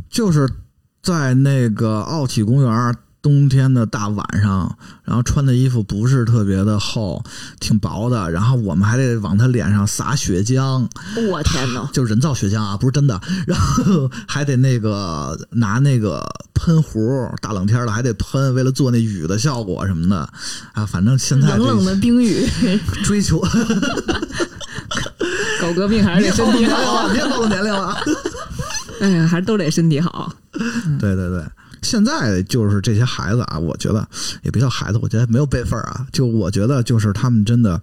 就是在那个奥体公园儿冬天的大晚上，然后穿的衣服不是特别的厚，挺薄的，然后我们还得往他脸上撒血浆，我天哪！就是人造血浆啊，不是真的，然后还得那个拿那个喷壶，大冷天儿的还得喷，为了做那雨的效果什么的啊，反正现在冷冷的这冰雨，追求，狗革命还是 [laughs] 别得暴身露体年龄 [laughs] 了好，，别暴露年龄了啊。嗯哎呀，还是都得身体好。对对对，现在就是这些孩子啊，我觉得也别叫孩子，我觉得没有辈分儿啊，就我觉得就是他们真的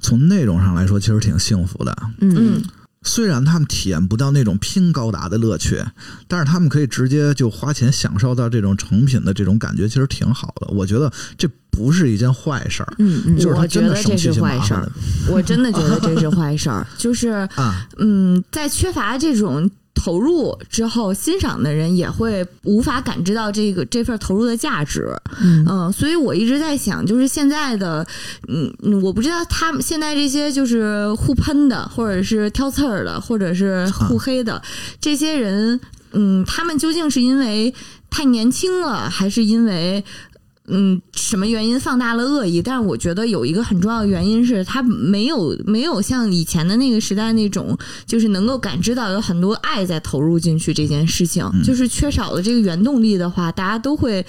从内容上来说，其实挺幸福的。嗯，虽然他们体验不到那种拼高达的乐趣，但是他们可以直接就花钱享受到这种成品的这种感觉，其实挺好的。我觉得这不是一件坏事儿，嗯嗯，就是我他觉真的得省这去是些坏麻事烦儿的，我真的觉得这是坏事儿，就是啊。嗯，在缺乏这种投入之后，欣赏的人也会无法感知到这个这份投入的价值。嗯嗯，所以我一直在想，就是现在的，嗯，嗯我不知道他们现在这些就是互喷的，或者是挑刺儿的，或者是互黑的、这些人，嗯，他们究竟是因为太年轻了，还是因为？嗯，什么原因放大了恶意？但是我觉得有一个很重要的原因是，他没有没有像以前的那个时代那种，就是能够感知到有很多爱在投入进去这件事情。嗯就是缺少了这个原动力的话，大家都会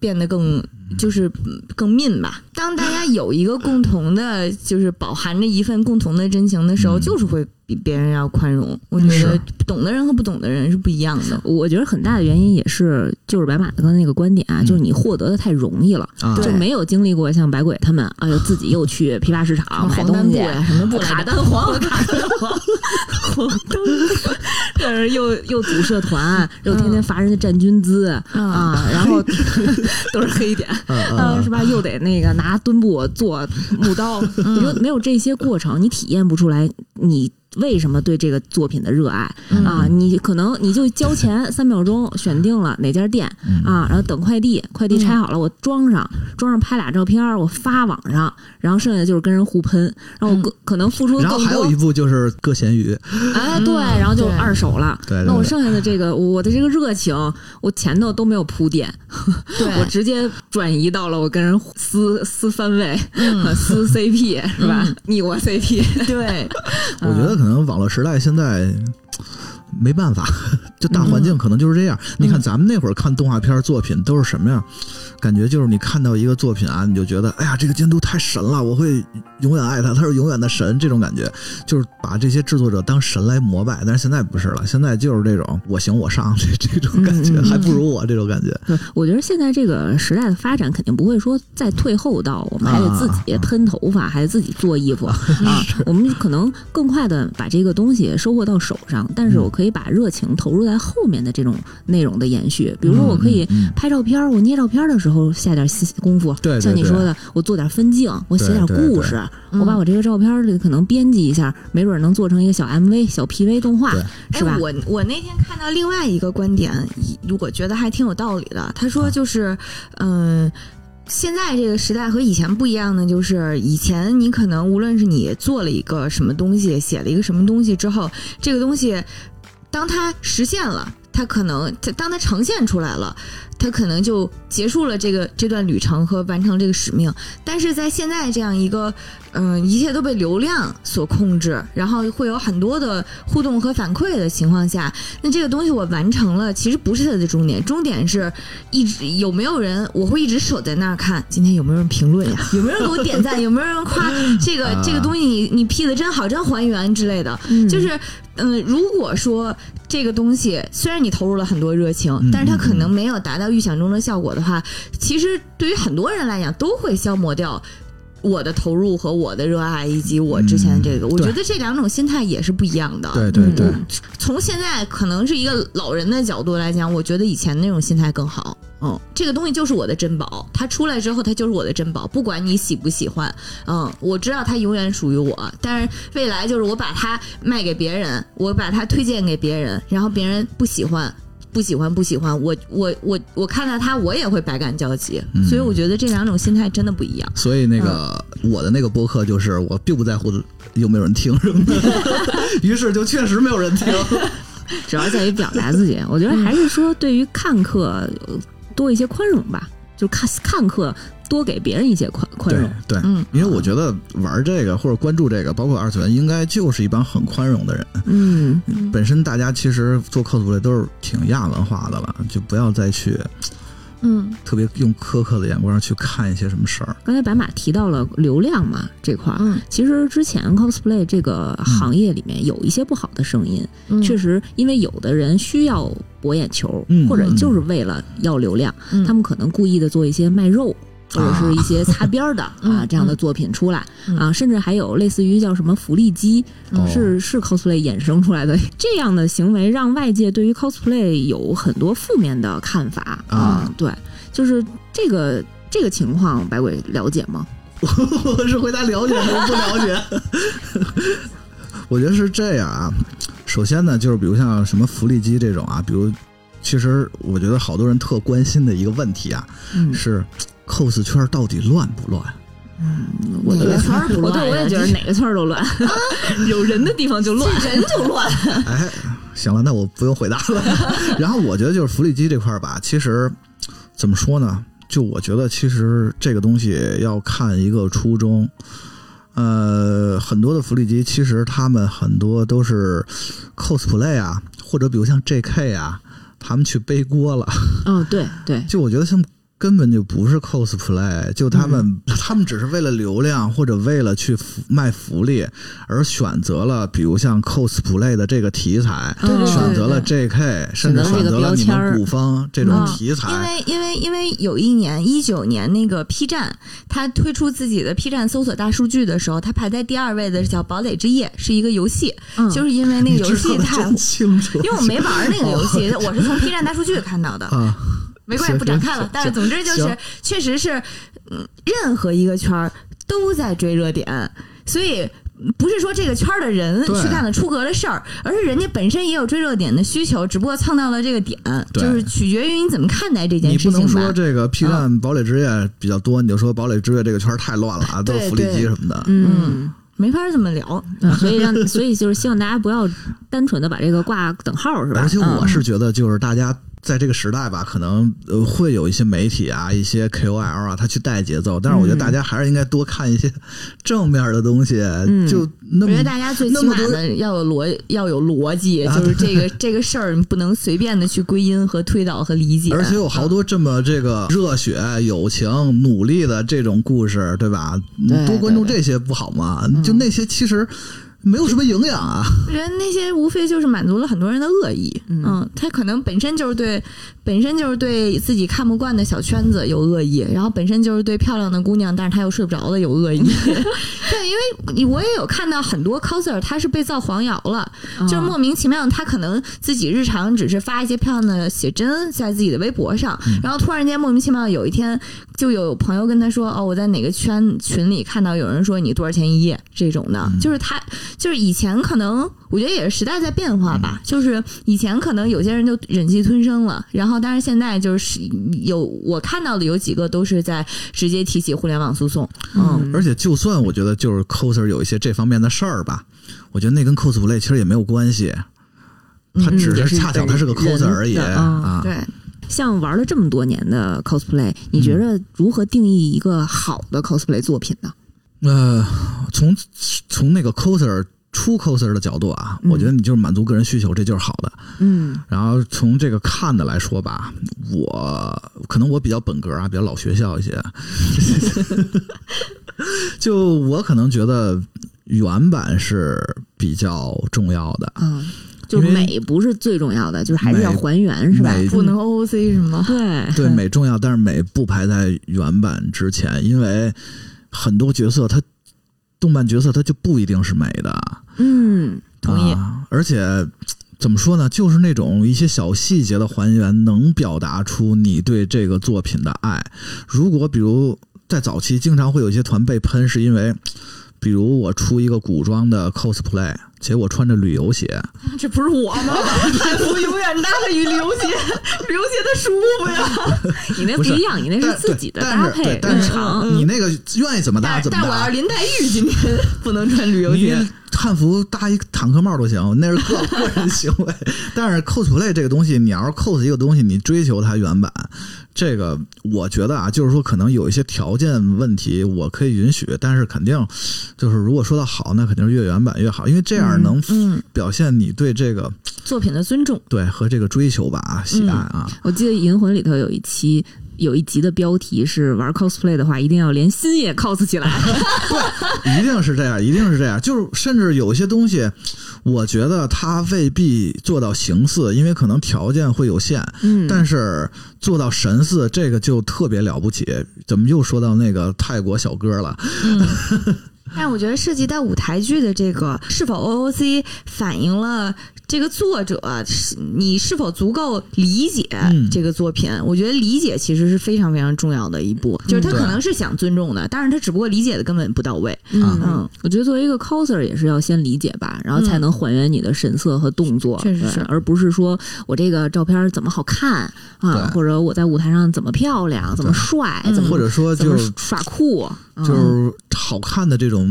变得更嗯就是更命吧。当大家有一个共同的，就是饱含着一份共同的真情的时候，嗯就是会比别人要宽容。我觉得是懂的人和不懂的人是不一样的。我觉得很大的原因也是，就是白马的刚才那个观点啊，嗯就是你获得的太容易了，啊，就对没有经历过像白鬼他们，哎呦，自己又去批发市场买黄东丹布西，啊呀， [laughs] 什么布来着卡丹黄， [laughs] 卡丹黄，黄灯，但是又又组社团，又天嗯天罚人家站军姿啊，啊， [laughs] 然后都是黑点，嗯嗯，是吧？又得那个拿墩布做木刀，你说嗯没有这些过程，你体验不出来你为什么对这个作品的热爱嗯啊？你可能你就交钱三秒钟选定了哪家店嗯啊，然后等快递，快递拆好了我装上，装上拍俩照片儿，我发网上，然后剩下就是跟人互喷，然后我更可能付出嗯然后更还有多一部就是搁咸鱼，哎，对，嗯然后就对二手了。对对那我对剩下的这个我的这个热情，我前头都没有铺垫，对，我直接转移到了我跟人撕撕番位、嗯 [laughs] 撕 CP 是吧？你我 CP， [laughs] 对，我觉嗯得可能网络时代现在嘖没办法， [laughs] 就大环嗯境可能就是这样。你看咱们那会儿看动画片作品都是什么样？感觉就是你看到一个作品啊，你就觉得哎呀，这个监督太神了，我会永远爱他，他是永远的神，这种感觉就是把这些制作者当神来膜拜。但是现在不是了，现在就是这种我行我上 [laughs] 这这种感觉，嗯嗯嗯还不如我这种感觉。我觉得现在这个时代的发展肯定不会说再退后到我们还得自己喷头发，还得自己做衣服 [laughs] 啊。我们可能更快的把这个东西收获到手上，但嗯是我可以把热情投入在后面的这种内容的延续。比如说，我可以嗯嗯拍照片儿，我捏照片儿的时候下点心功夫，对对像你对说的，我做点分镜，我写对点对嗯故对事，我把我这个照片儿里可能编辑一下，没准儿能做成一个小 MV、小 PV 动画对，是吧哎、？我我那天看到另外一个观点，一我觉得还挺有道理的。他说就是，嗯、现在这个时代和以前不一样的，就是以前你可能无论是你做了一个什么东西，写了一个什么东西之后，这个东西当它实现了。它可能，它当它呈现出来了，它可能就结束了这个这段旅程和完成这个使命。但是在现在这样一个嗯、一切都被流量所控制，然后会有很多的互动和反馈的情况下，那这个东西我完成了，其实不是它的终点，终点是一直有没有人，我会一直守在那儿看，今天有没有人评论呀，有没有人给我点赞，有没有人夸这个这个东西你你 P 的真好，真还原之类的，就是嗯、如果说。这个东西虽然你投入了很多热情，嗯但是它可嗯能没有达到预想中的效果的话，其实对于很多人来讲都会消磨掉我的投入和我的热爱，以及我之前这个，我嗯对觉得这两种心态也是不一样的。对对对，嗯从现在可能是一个老人的角度来讲，我觉得以前那种心态更好。嗯，这个东西就是我的珍宝，它出来之后它就是我的珍宝，不管你喜不喜欢，嗯，我知道它永远属于我。但是未来就是我把它卖给别人，我把它推荐给别人，然后别人不喜欢。不喜欢，不喜欢，我我我我看到它，我也会百感交集，嗯所以我觉得这两种心态真的不一样。所以那个、我的那个播客就是我并不在乎有没有人听什么的，于是就确实没有人听。主要在于表达自己。我觉得还是说对于看客呃多一些宽容吧，就看看客多给别人一些宽宽容。对，嗯因为我觉得玩这个或者关注这个，包括二次元，应该就是一帮很宽容的人。嗯，本身大家其实做 cosplay 都是挺亚文化的了，就不要再去嗯特别用苛刻的眼光去看一些什么事儿。刚才白马提到了流量嘛这块儿，嗯其实之前 cosplay 这个行业里面有一些不好的声音，嗯，确实因为有的人需要博眼球，嗯或者就是为了要流量，嗯他们可能故意的做一些卖肉。或啊者是一些擦边儿的啊嗯这样的作品出来、嗯啊，甚至还有类似于叫什么福利机，哦嗯是是 cosplay 衍生出来的 [laughs] 这样的行为，让外界对于 cosplay 有很多负面的看法啊嗯对，就是这个这个情况，百鬼了解吗？我 [laughs] 是回答了解还是不了解？ [laughs] 我觉得是这样啊。首先呢，就是比如像什么福利机这种啊，比如其实我觉得好多人特关心的一个问题啊，嗯，是 cos 圈到底乱不乱？我觉哪得个圈儿不我乱对呀我也觉得这哪个圈儿都 [laughs] 乱，有人的地方就乱， [laughs] 人就乱，哎，行了，那我不用回答了。然后我觉得就是福利机这块儿吧，其实怎么说呢？就我觉得其实这个东西要看一个初衷。呃，很多的福利机其实他们很多都是 cosplay 啊，或者比如像 JK 啊，他们去背锅了。 [laughs] 嗯，对对，就我觉得他们根本就不是 cosplay，就他们、他们只是为了流量或者为了去福卖福利而选择了，比如像 cosplay 的这个题材，对嗯对对选择了 JK，甚至选择了选这个择了标你签们儿古方这种嗯题材。因为因为因为有一年一九年那个 P 站，它推出自己的 P 站搜索大数据的时候，它排在第二位的是叫《堡垒之夜》，是一个游戏，嗯就是因为那你个游知道 [laughs] 戏得太真。清楚， [laughs] 因为我没玩儿那个游戏，我是从 P 站大数据看到的，啊，没关系，不展开了行。但是总之就是行，确实是，嗯，任何一个圈儿都在追热点，所以不是说这个圈儿的人对去干了出格的事儿，而是人家本身也有追热点的需求，只不过蹭到了这个点，对就是取决于你怎么看待这件你事不能情嗯说吧。这个 P 站堡垒之夜比较多，你就说堡垒之夜这个圈儿太乱了啊，都是对福利对机什么的。嗯。没法这么聊，嗯所以让，所以就是希望大家不要单纯的把这个挂等号，是吧？而且我嗯是觉得，就是大家在这个时代吧，可能呃会有一些媒体啊、一些 KOL 啊，他去带节奏，但是我嗯觉得大家还是应该多看一些正面的东西，就嗯我那觉得么。大家最那起么码多啊的要有逻要有逻辑，就是这个这个事儿你不能随便的去归因和推导和理解。而且有嗯好多这么这个热血、友情、努力的这种故事，对吧？对嗯多关注这些不好吗？就那些其实没有什么营养啊。人那些无非就是满足了很多人的恶意，嗯他可能本身就是对，本身就是对自己看不惯的小圈子有恶意，然后本身就是对漂亮的姑娘，但是他又睡不着的有恶意。 [laughs] 对，因为我也有看到很多 coser 他是被造黄谣了，就是莫名其妙，他可能自己日常只是发一些漂亮的写真在自己的微博上，然后突然间莫名其妙有一天就有朋友跟他说：“哦，我在哪个圈群里看到有人说你多少钱一夜这种的。就是他就是以前可能我觉得也是时代在变化吧，就是以前可能有些人就忍气吞声了，然后但是现在就是有我看到的有几个都是在直接提起互联网诉讼，嗯而且，就算我觉得就是 coser 有一些这方面的事儿吧，我觉得那跟 cosplay 其实也没有关系，他嗯只也是是恰巧他是个人 coser 而已的啊啊。对。像玩了这么多年的 cosplay，你觉嗯得如何定义一个好的 cosplay 作品呢？呃，从从那个 coser 出 coser 的角度啊，我觉得你就是满足个人需求，这就是好的。嗯然后从这个看的来说吧，我可能我比较本格啊，比较老学校一些， [laughs] 就我可能觉得原版是比较重要的。啊，就因为美不是最重要的，就是还是要美还原，是吧？美不能 OOC 什么？对对美重要，但是美不排在原版之前，因为很多角色它动漫角色它就不一定是美的。嗯同意啊而且怎么说呢，就是那种一些小细节的还原，能表达出你对这个作品的爱。如果比如在早期，经常会有一些团被喷，是因为比如我出一个古装的 cosplay，结果穿着旅游鞋，啊这不是我吗？ [laughs] 我永远搭配于刘杰，刘杰的舒服呀。 [laughs] 你那不不是一样，你那但自己的但搭是对配嗯但日是常。你那个愿意怎么搭但怎么但我要搭是。林黛玉，今天 [laughs] 不能穿旅游你鞋。汉服搭一坦克帽都行，那是个个人行为。但是 cosplay 这个东西，你要是 cos 一个东西，你追求它原版，这个我觉得啊，就是说可能有一些条件问题，我可以允许，但是肯定就是如果说到好，那肯定是越原版越好，因为这样能嗯，表现你对这个作品的尊重。对和这个追求吧啊喜爱啊。我记得《银魂》里头有一期。有一集的标题是“玩 cosplay 的话，一定要连心也 cos 起来啊对，一定是这样，一定是这样。就是甚至有些东西，我觉得它未必做到形似，因为可能条件会有限。嗯，但是做到神似，这个就特别了不起。怎么又说到那个泰国小哥了？嗯 [laughs] 但我觉得涉及到舞台剧的这个是否 OOC 反映了这个作者是你是否足够理解嗯这个作品？我觉得理解其实是非常非常重要的一步，就是他可能是想尊重的，但是他只不过理解的根本不到位。”。啊嗯，我觉得作为一个 coser 也是要先理解吧，然后才能还原你的神色和动作，确实对嗯是而不是说我这个照片怎么好看啊，对嗯或者我在舞台上怎么漂亮、怎么帅、怎么或者说嗯怎就么是耍酷，嗯就是好看的这种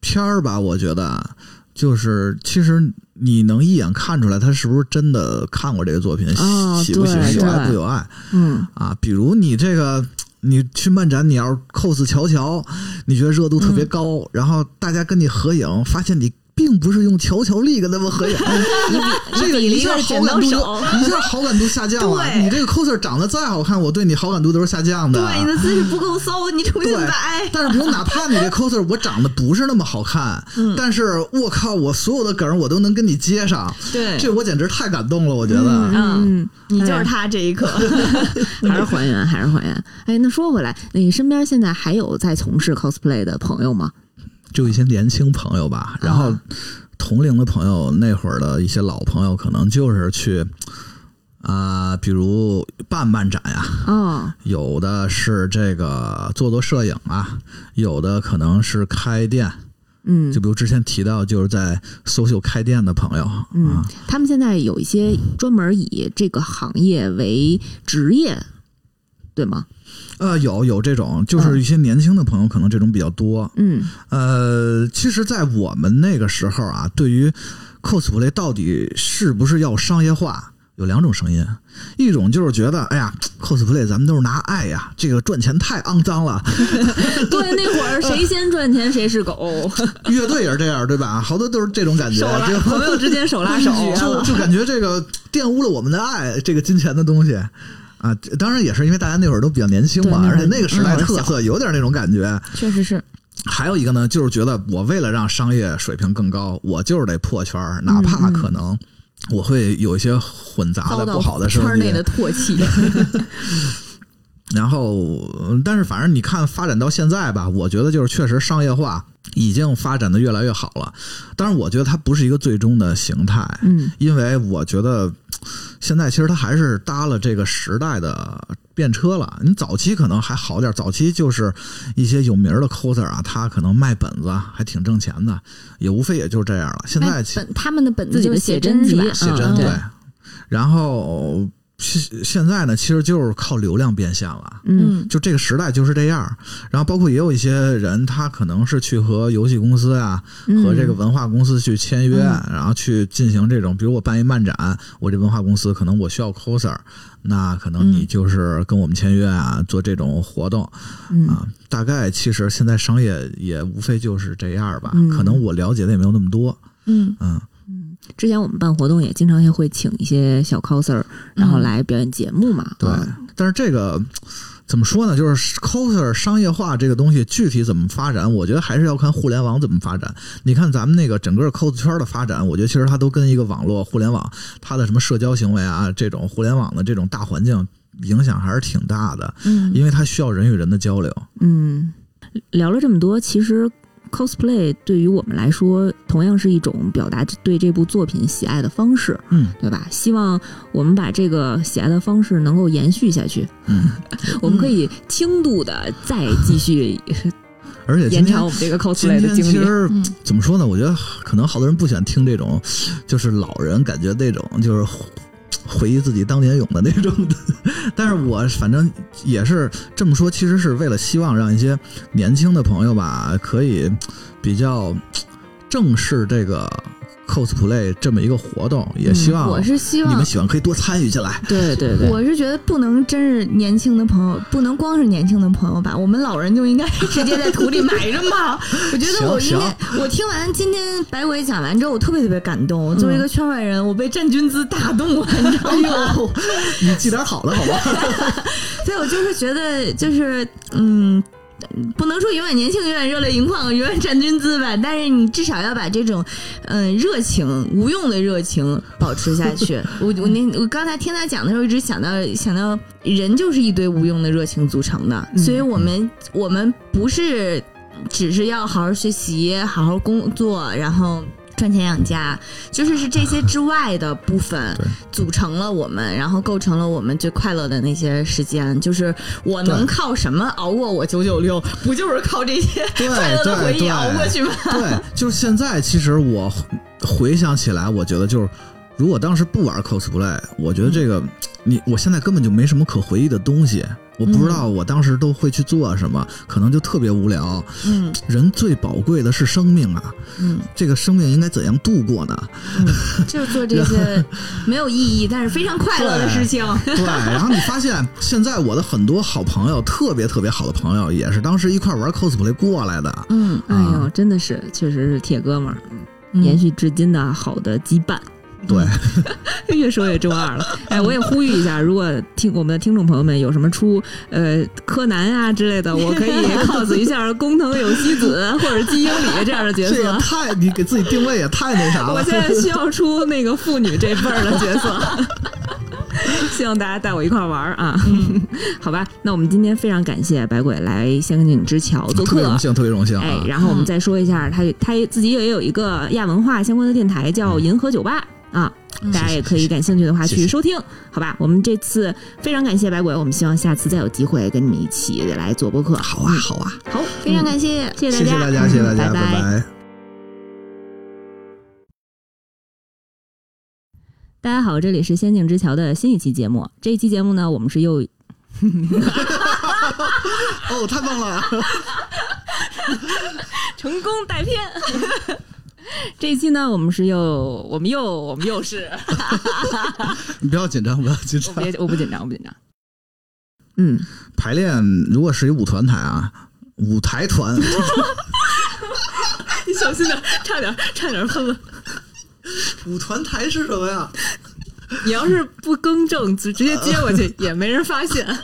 片儿吧，我觉得啊就是其实你能一眼看出来他是不是真的看过这个作品，哦喜喜不喜欢，对有爱对不有爱嗯，啊？比如你这个。你去漫展，你要是 cos 乔乔，你觉得热度特嗯别高，然后大家跟你合影，发现你并不是用乔乔力跟他们 [laughs] 合影，这个比了一一下个好剪感刀度就手，一下好感度下降了。对你这个 coser 长得再好看，我对你好感度都是下降的。啊对，你啊的姿势不够骚，你重新来。但是，比如哪怕你这 coser 我长得不是那么好看，嗯但是我靠，我所有的梗儿我都能跟你接上，对，这我简直太感动了，我觉得。嗯，嗯，你就是他这一刻。还是还原，还是还原。哎，那说回来，你身边现在还有在从事 cosplay 的朋友吗？就一些年轻朋友吧，然后同龄的朋友，那会儿的一些老朋友，可能就是去啊、比如办漫展呀、哦，有的是这个做做摄影啊，有的可能是开店，嗯就，比如之前提到就是在搜秀开店的朋友啊。嗯他们现在有一些专门以这个行业为职业，对吗？呃，有有这种，就是一些年轻的朋友可能这种比较多。嗯呃，其实，在我们那个时候啊，对于 cosplay 到底是不是要商业化，有两种声音，一种就是觉得，哎呀，cosplay 咱们都是拿爱呀，这个赚钱太肮脏了， [laughs] 对，那会儿谁先赚钱谁是狗，乐队也是这样，对吧？好多 [laughs] 都是啊这 [laughs] 种感觉，手拉就朋友之间手拉手。 [laughs] 啊啊就就感觉这个玷污了我们的爱，这个金钱的东西啊，当然也是因为大家那会儿都比较年轻嘛，对那会儿而且那个时代那会儿特小色有点那种感觉， [laughs] 确实是，还有一个呢，就是觉得我为了让商业水平更高，我就是得破圈儿，哪怕可能我会有一些混杂遭的到不好的圈声儿内的音。唾弃。然后，嗯但是反正你看发展到现在吧，我觉得就是确实商业化已经发展的越来越好了。当然，我觉得它不是一个最终的形态， [laughs] 嗯因为我觉得现在其实它还是搭了这个时代的便车了。你早期可能还好点儿，早期就是一些有名儿的 coser 啊，他可能卖本子啊还挺挣钱的，也无非也就这样了。现在其本他们的本子自己就的是写写真真是集吧？嗯写真对，然后现现在呢，其实就是靠流量变现了。嗯嗯就这个时代就是这样儿，然后包括也有一些人，他可能是去和游戏公司啊，嗯，和这个文化公司去签约，然后去进行这种，比如我办一漫展，我这文化公司可能我需要 coser，那可能你就是跟我们签约啊，做这种活动嗯啊。大概其实现在商业也无非就是这样吧，嗯可能我了解的也没有那么多，嗯，嗯，之前我们办活动也经常也会请一些小 coser，然后嗯来表演节目嘛。对。嗯但是这个怎么说呢？就是 coser 商业化这个东西具体怎么发展，我觉得还是要看互联网怎么发展。你看咱们那个整个 cos 圈的发展，我觉得其实它都跟一个网络互联网它的什么社交行为啊，这种互联网的这种大环境影响还是挺大的，嗯因为它需要人与人的交流。嗯，聊了这么多，其实 cosplay 对于我们来说，同样是一种表达对这部作品喜爱的方式，嗯对吧？希望我们把这个喜爱的方式能够延续下去，嗯，我们可以轻度的再继续而且今延长天我们这个嗯 [laughs] 今 cosplay 的天经其历。实嗯怎么说呢？我觉得可能好多人不喜欢听这种，就是老人感觉那种就是回回忆自己当年勇的那种 [laughs] 的。但是我反正也是这么说，其实是为了希望让一些年轻的朋友吧，可以比较正视这个 cosplay 这么一个活动，也希嗯望我是希你望们喜欢可以多参与进来。对对对，我是觉得不能真是年轻的朋友，不能光是年轻的朋友吧，我们老人就应该 [laughs] 直接在土里埋着嘛。我觉得我应行该，我听完今天白鬼讲完之后，我特别特别感动。我作为一个圈外人，我被站军姿打动了，你知道哎吗？你记点好的，好吧？ [laughs] 对，我就是觉得，就是嗯。不能说永远年轻、永远热泪盈眶、永远站军姿吧，但是你至少要把这种，嗯，热情无用的热情保持下去。我我那我刚才听他讲的时候，一直想到想到人就是一堆无用的热情组成的，所以我们我们不是只是要好好学习、好好工作，然后赚钱养家，就是是这些之外的部分对组成了我们，然后构成了我们最快乐的那些时间。就是我能对靠什么熬过我九九六？ [laughs] 不就是靠这些对快乐的回对忆啊对熬过去吗？ [laughs] 对，就是现在，其实我回想起来，我觉得就是，如果当时不玩 cosplay，我觉得这嗯个你，我现在根本就没什么可回忆的东西。我不知道嗯我当时都会去做什么，可能就特别无聊。嗯人最宝贵的是生命啊，嗯，这个生命应该怎样度过呢？ [laughs] 就是做这些没有意义，但是非常快乐的事 [laughs] 情。对，然后你发现现在我的很多好朋友，特别特别好的朋友，也是当时一块玩 cosplay 过来的。嗯，哎呦，真的是，确实是铁哥们儿，嗯延续至今的好的羁绊。对， [laughs] 越说越中二了，哎，我也呼吁一下，如果听我们的听众朋友们有什么出呃柯南啊之类的，我 [laughs] 可以 cos 一下工藤有希子或者基英里这样的角这也色。太你给自己定位也太那啥我了现。在需要出那个妇女这辈儿的角色， [laughs] 希望大家带我一块儿玩儿啊！嗯 [laughs] 好吧，那我们今天非常感谢白鬼来仙境之桥做特别客，荣幸，特别荣幸哎啊，！然后我们再说一下，他他自己也有一个亚文化相关的电台叫银河酒吧啊，大家也可以感兴趣的话嗯谢谢去收听，好吧？我们这次非常感谢百鬼，我们希望下次再有机会跟你们一起来做播客。好啊，好啊，好，非常感谢。谢谢谢谢大大家，家，谢谢大嗯家，拜拜。拜。大家好，这里是《仙境之桥》的新一期节目。这一期节目呢，我们是又哦，太棒了！成功带偏。 [laughs] 这一期呢，我们是又我们又我们又是。 [laughs] [laughs] 你不要紧张，不要紧我张。别，我不紧张，我不紧张。嗯，排练如果是一舞团台啊，舞台团你小心点，差点差点喷了。 [laughs] 舞团台是什么呀？你要是不更正，直直接接过去，也没人发现。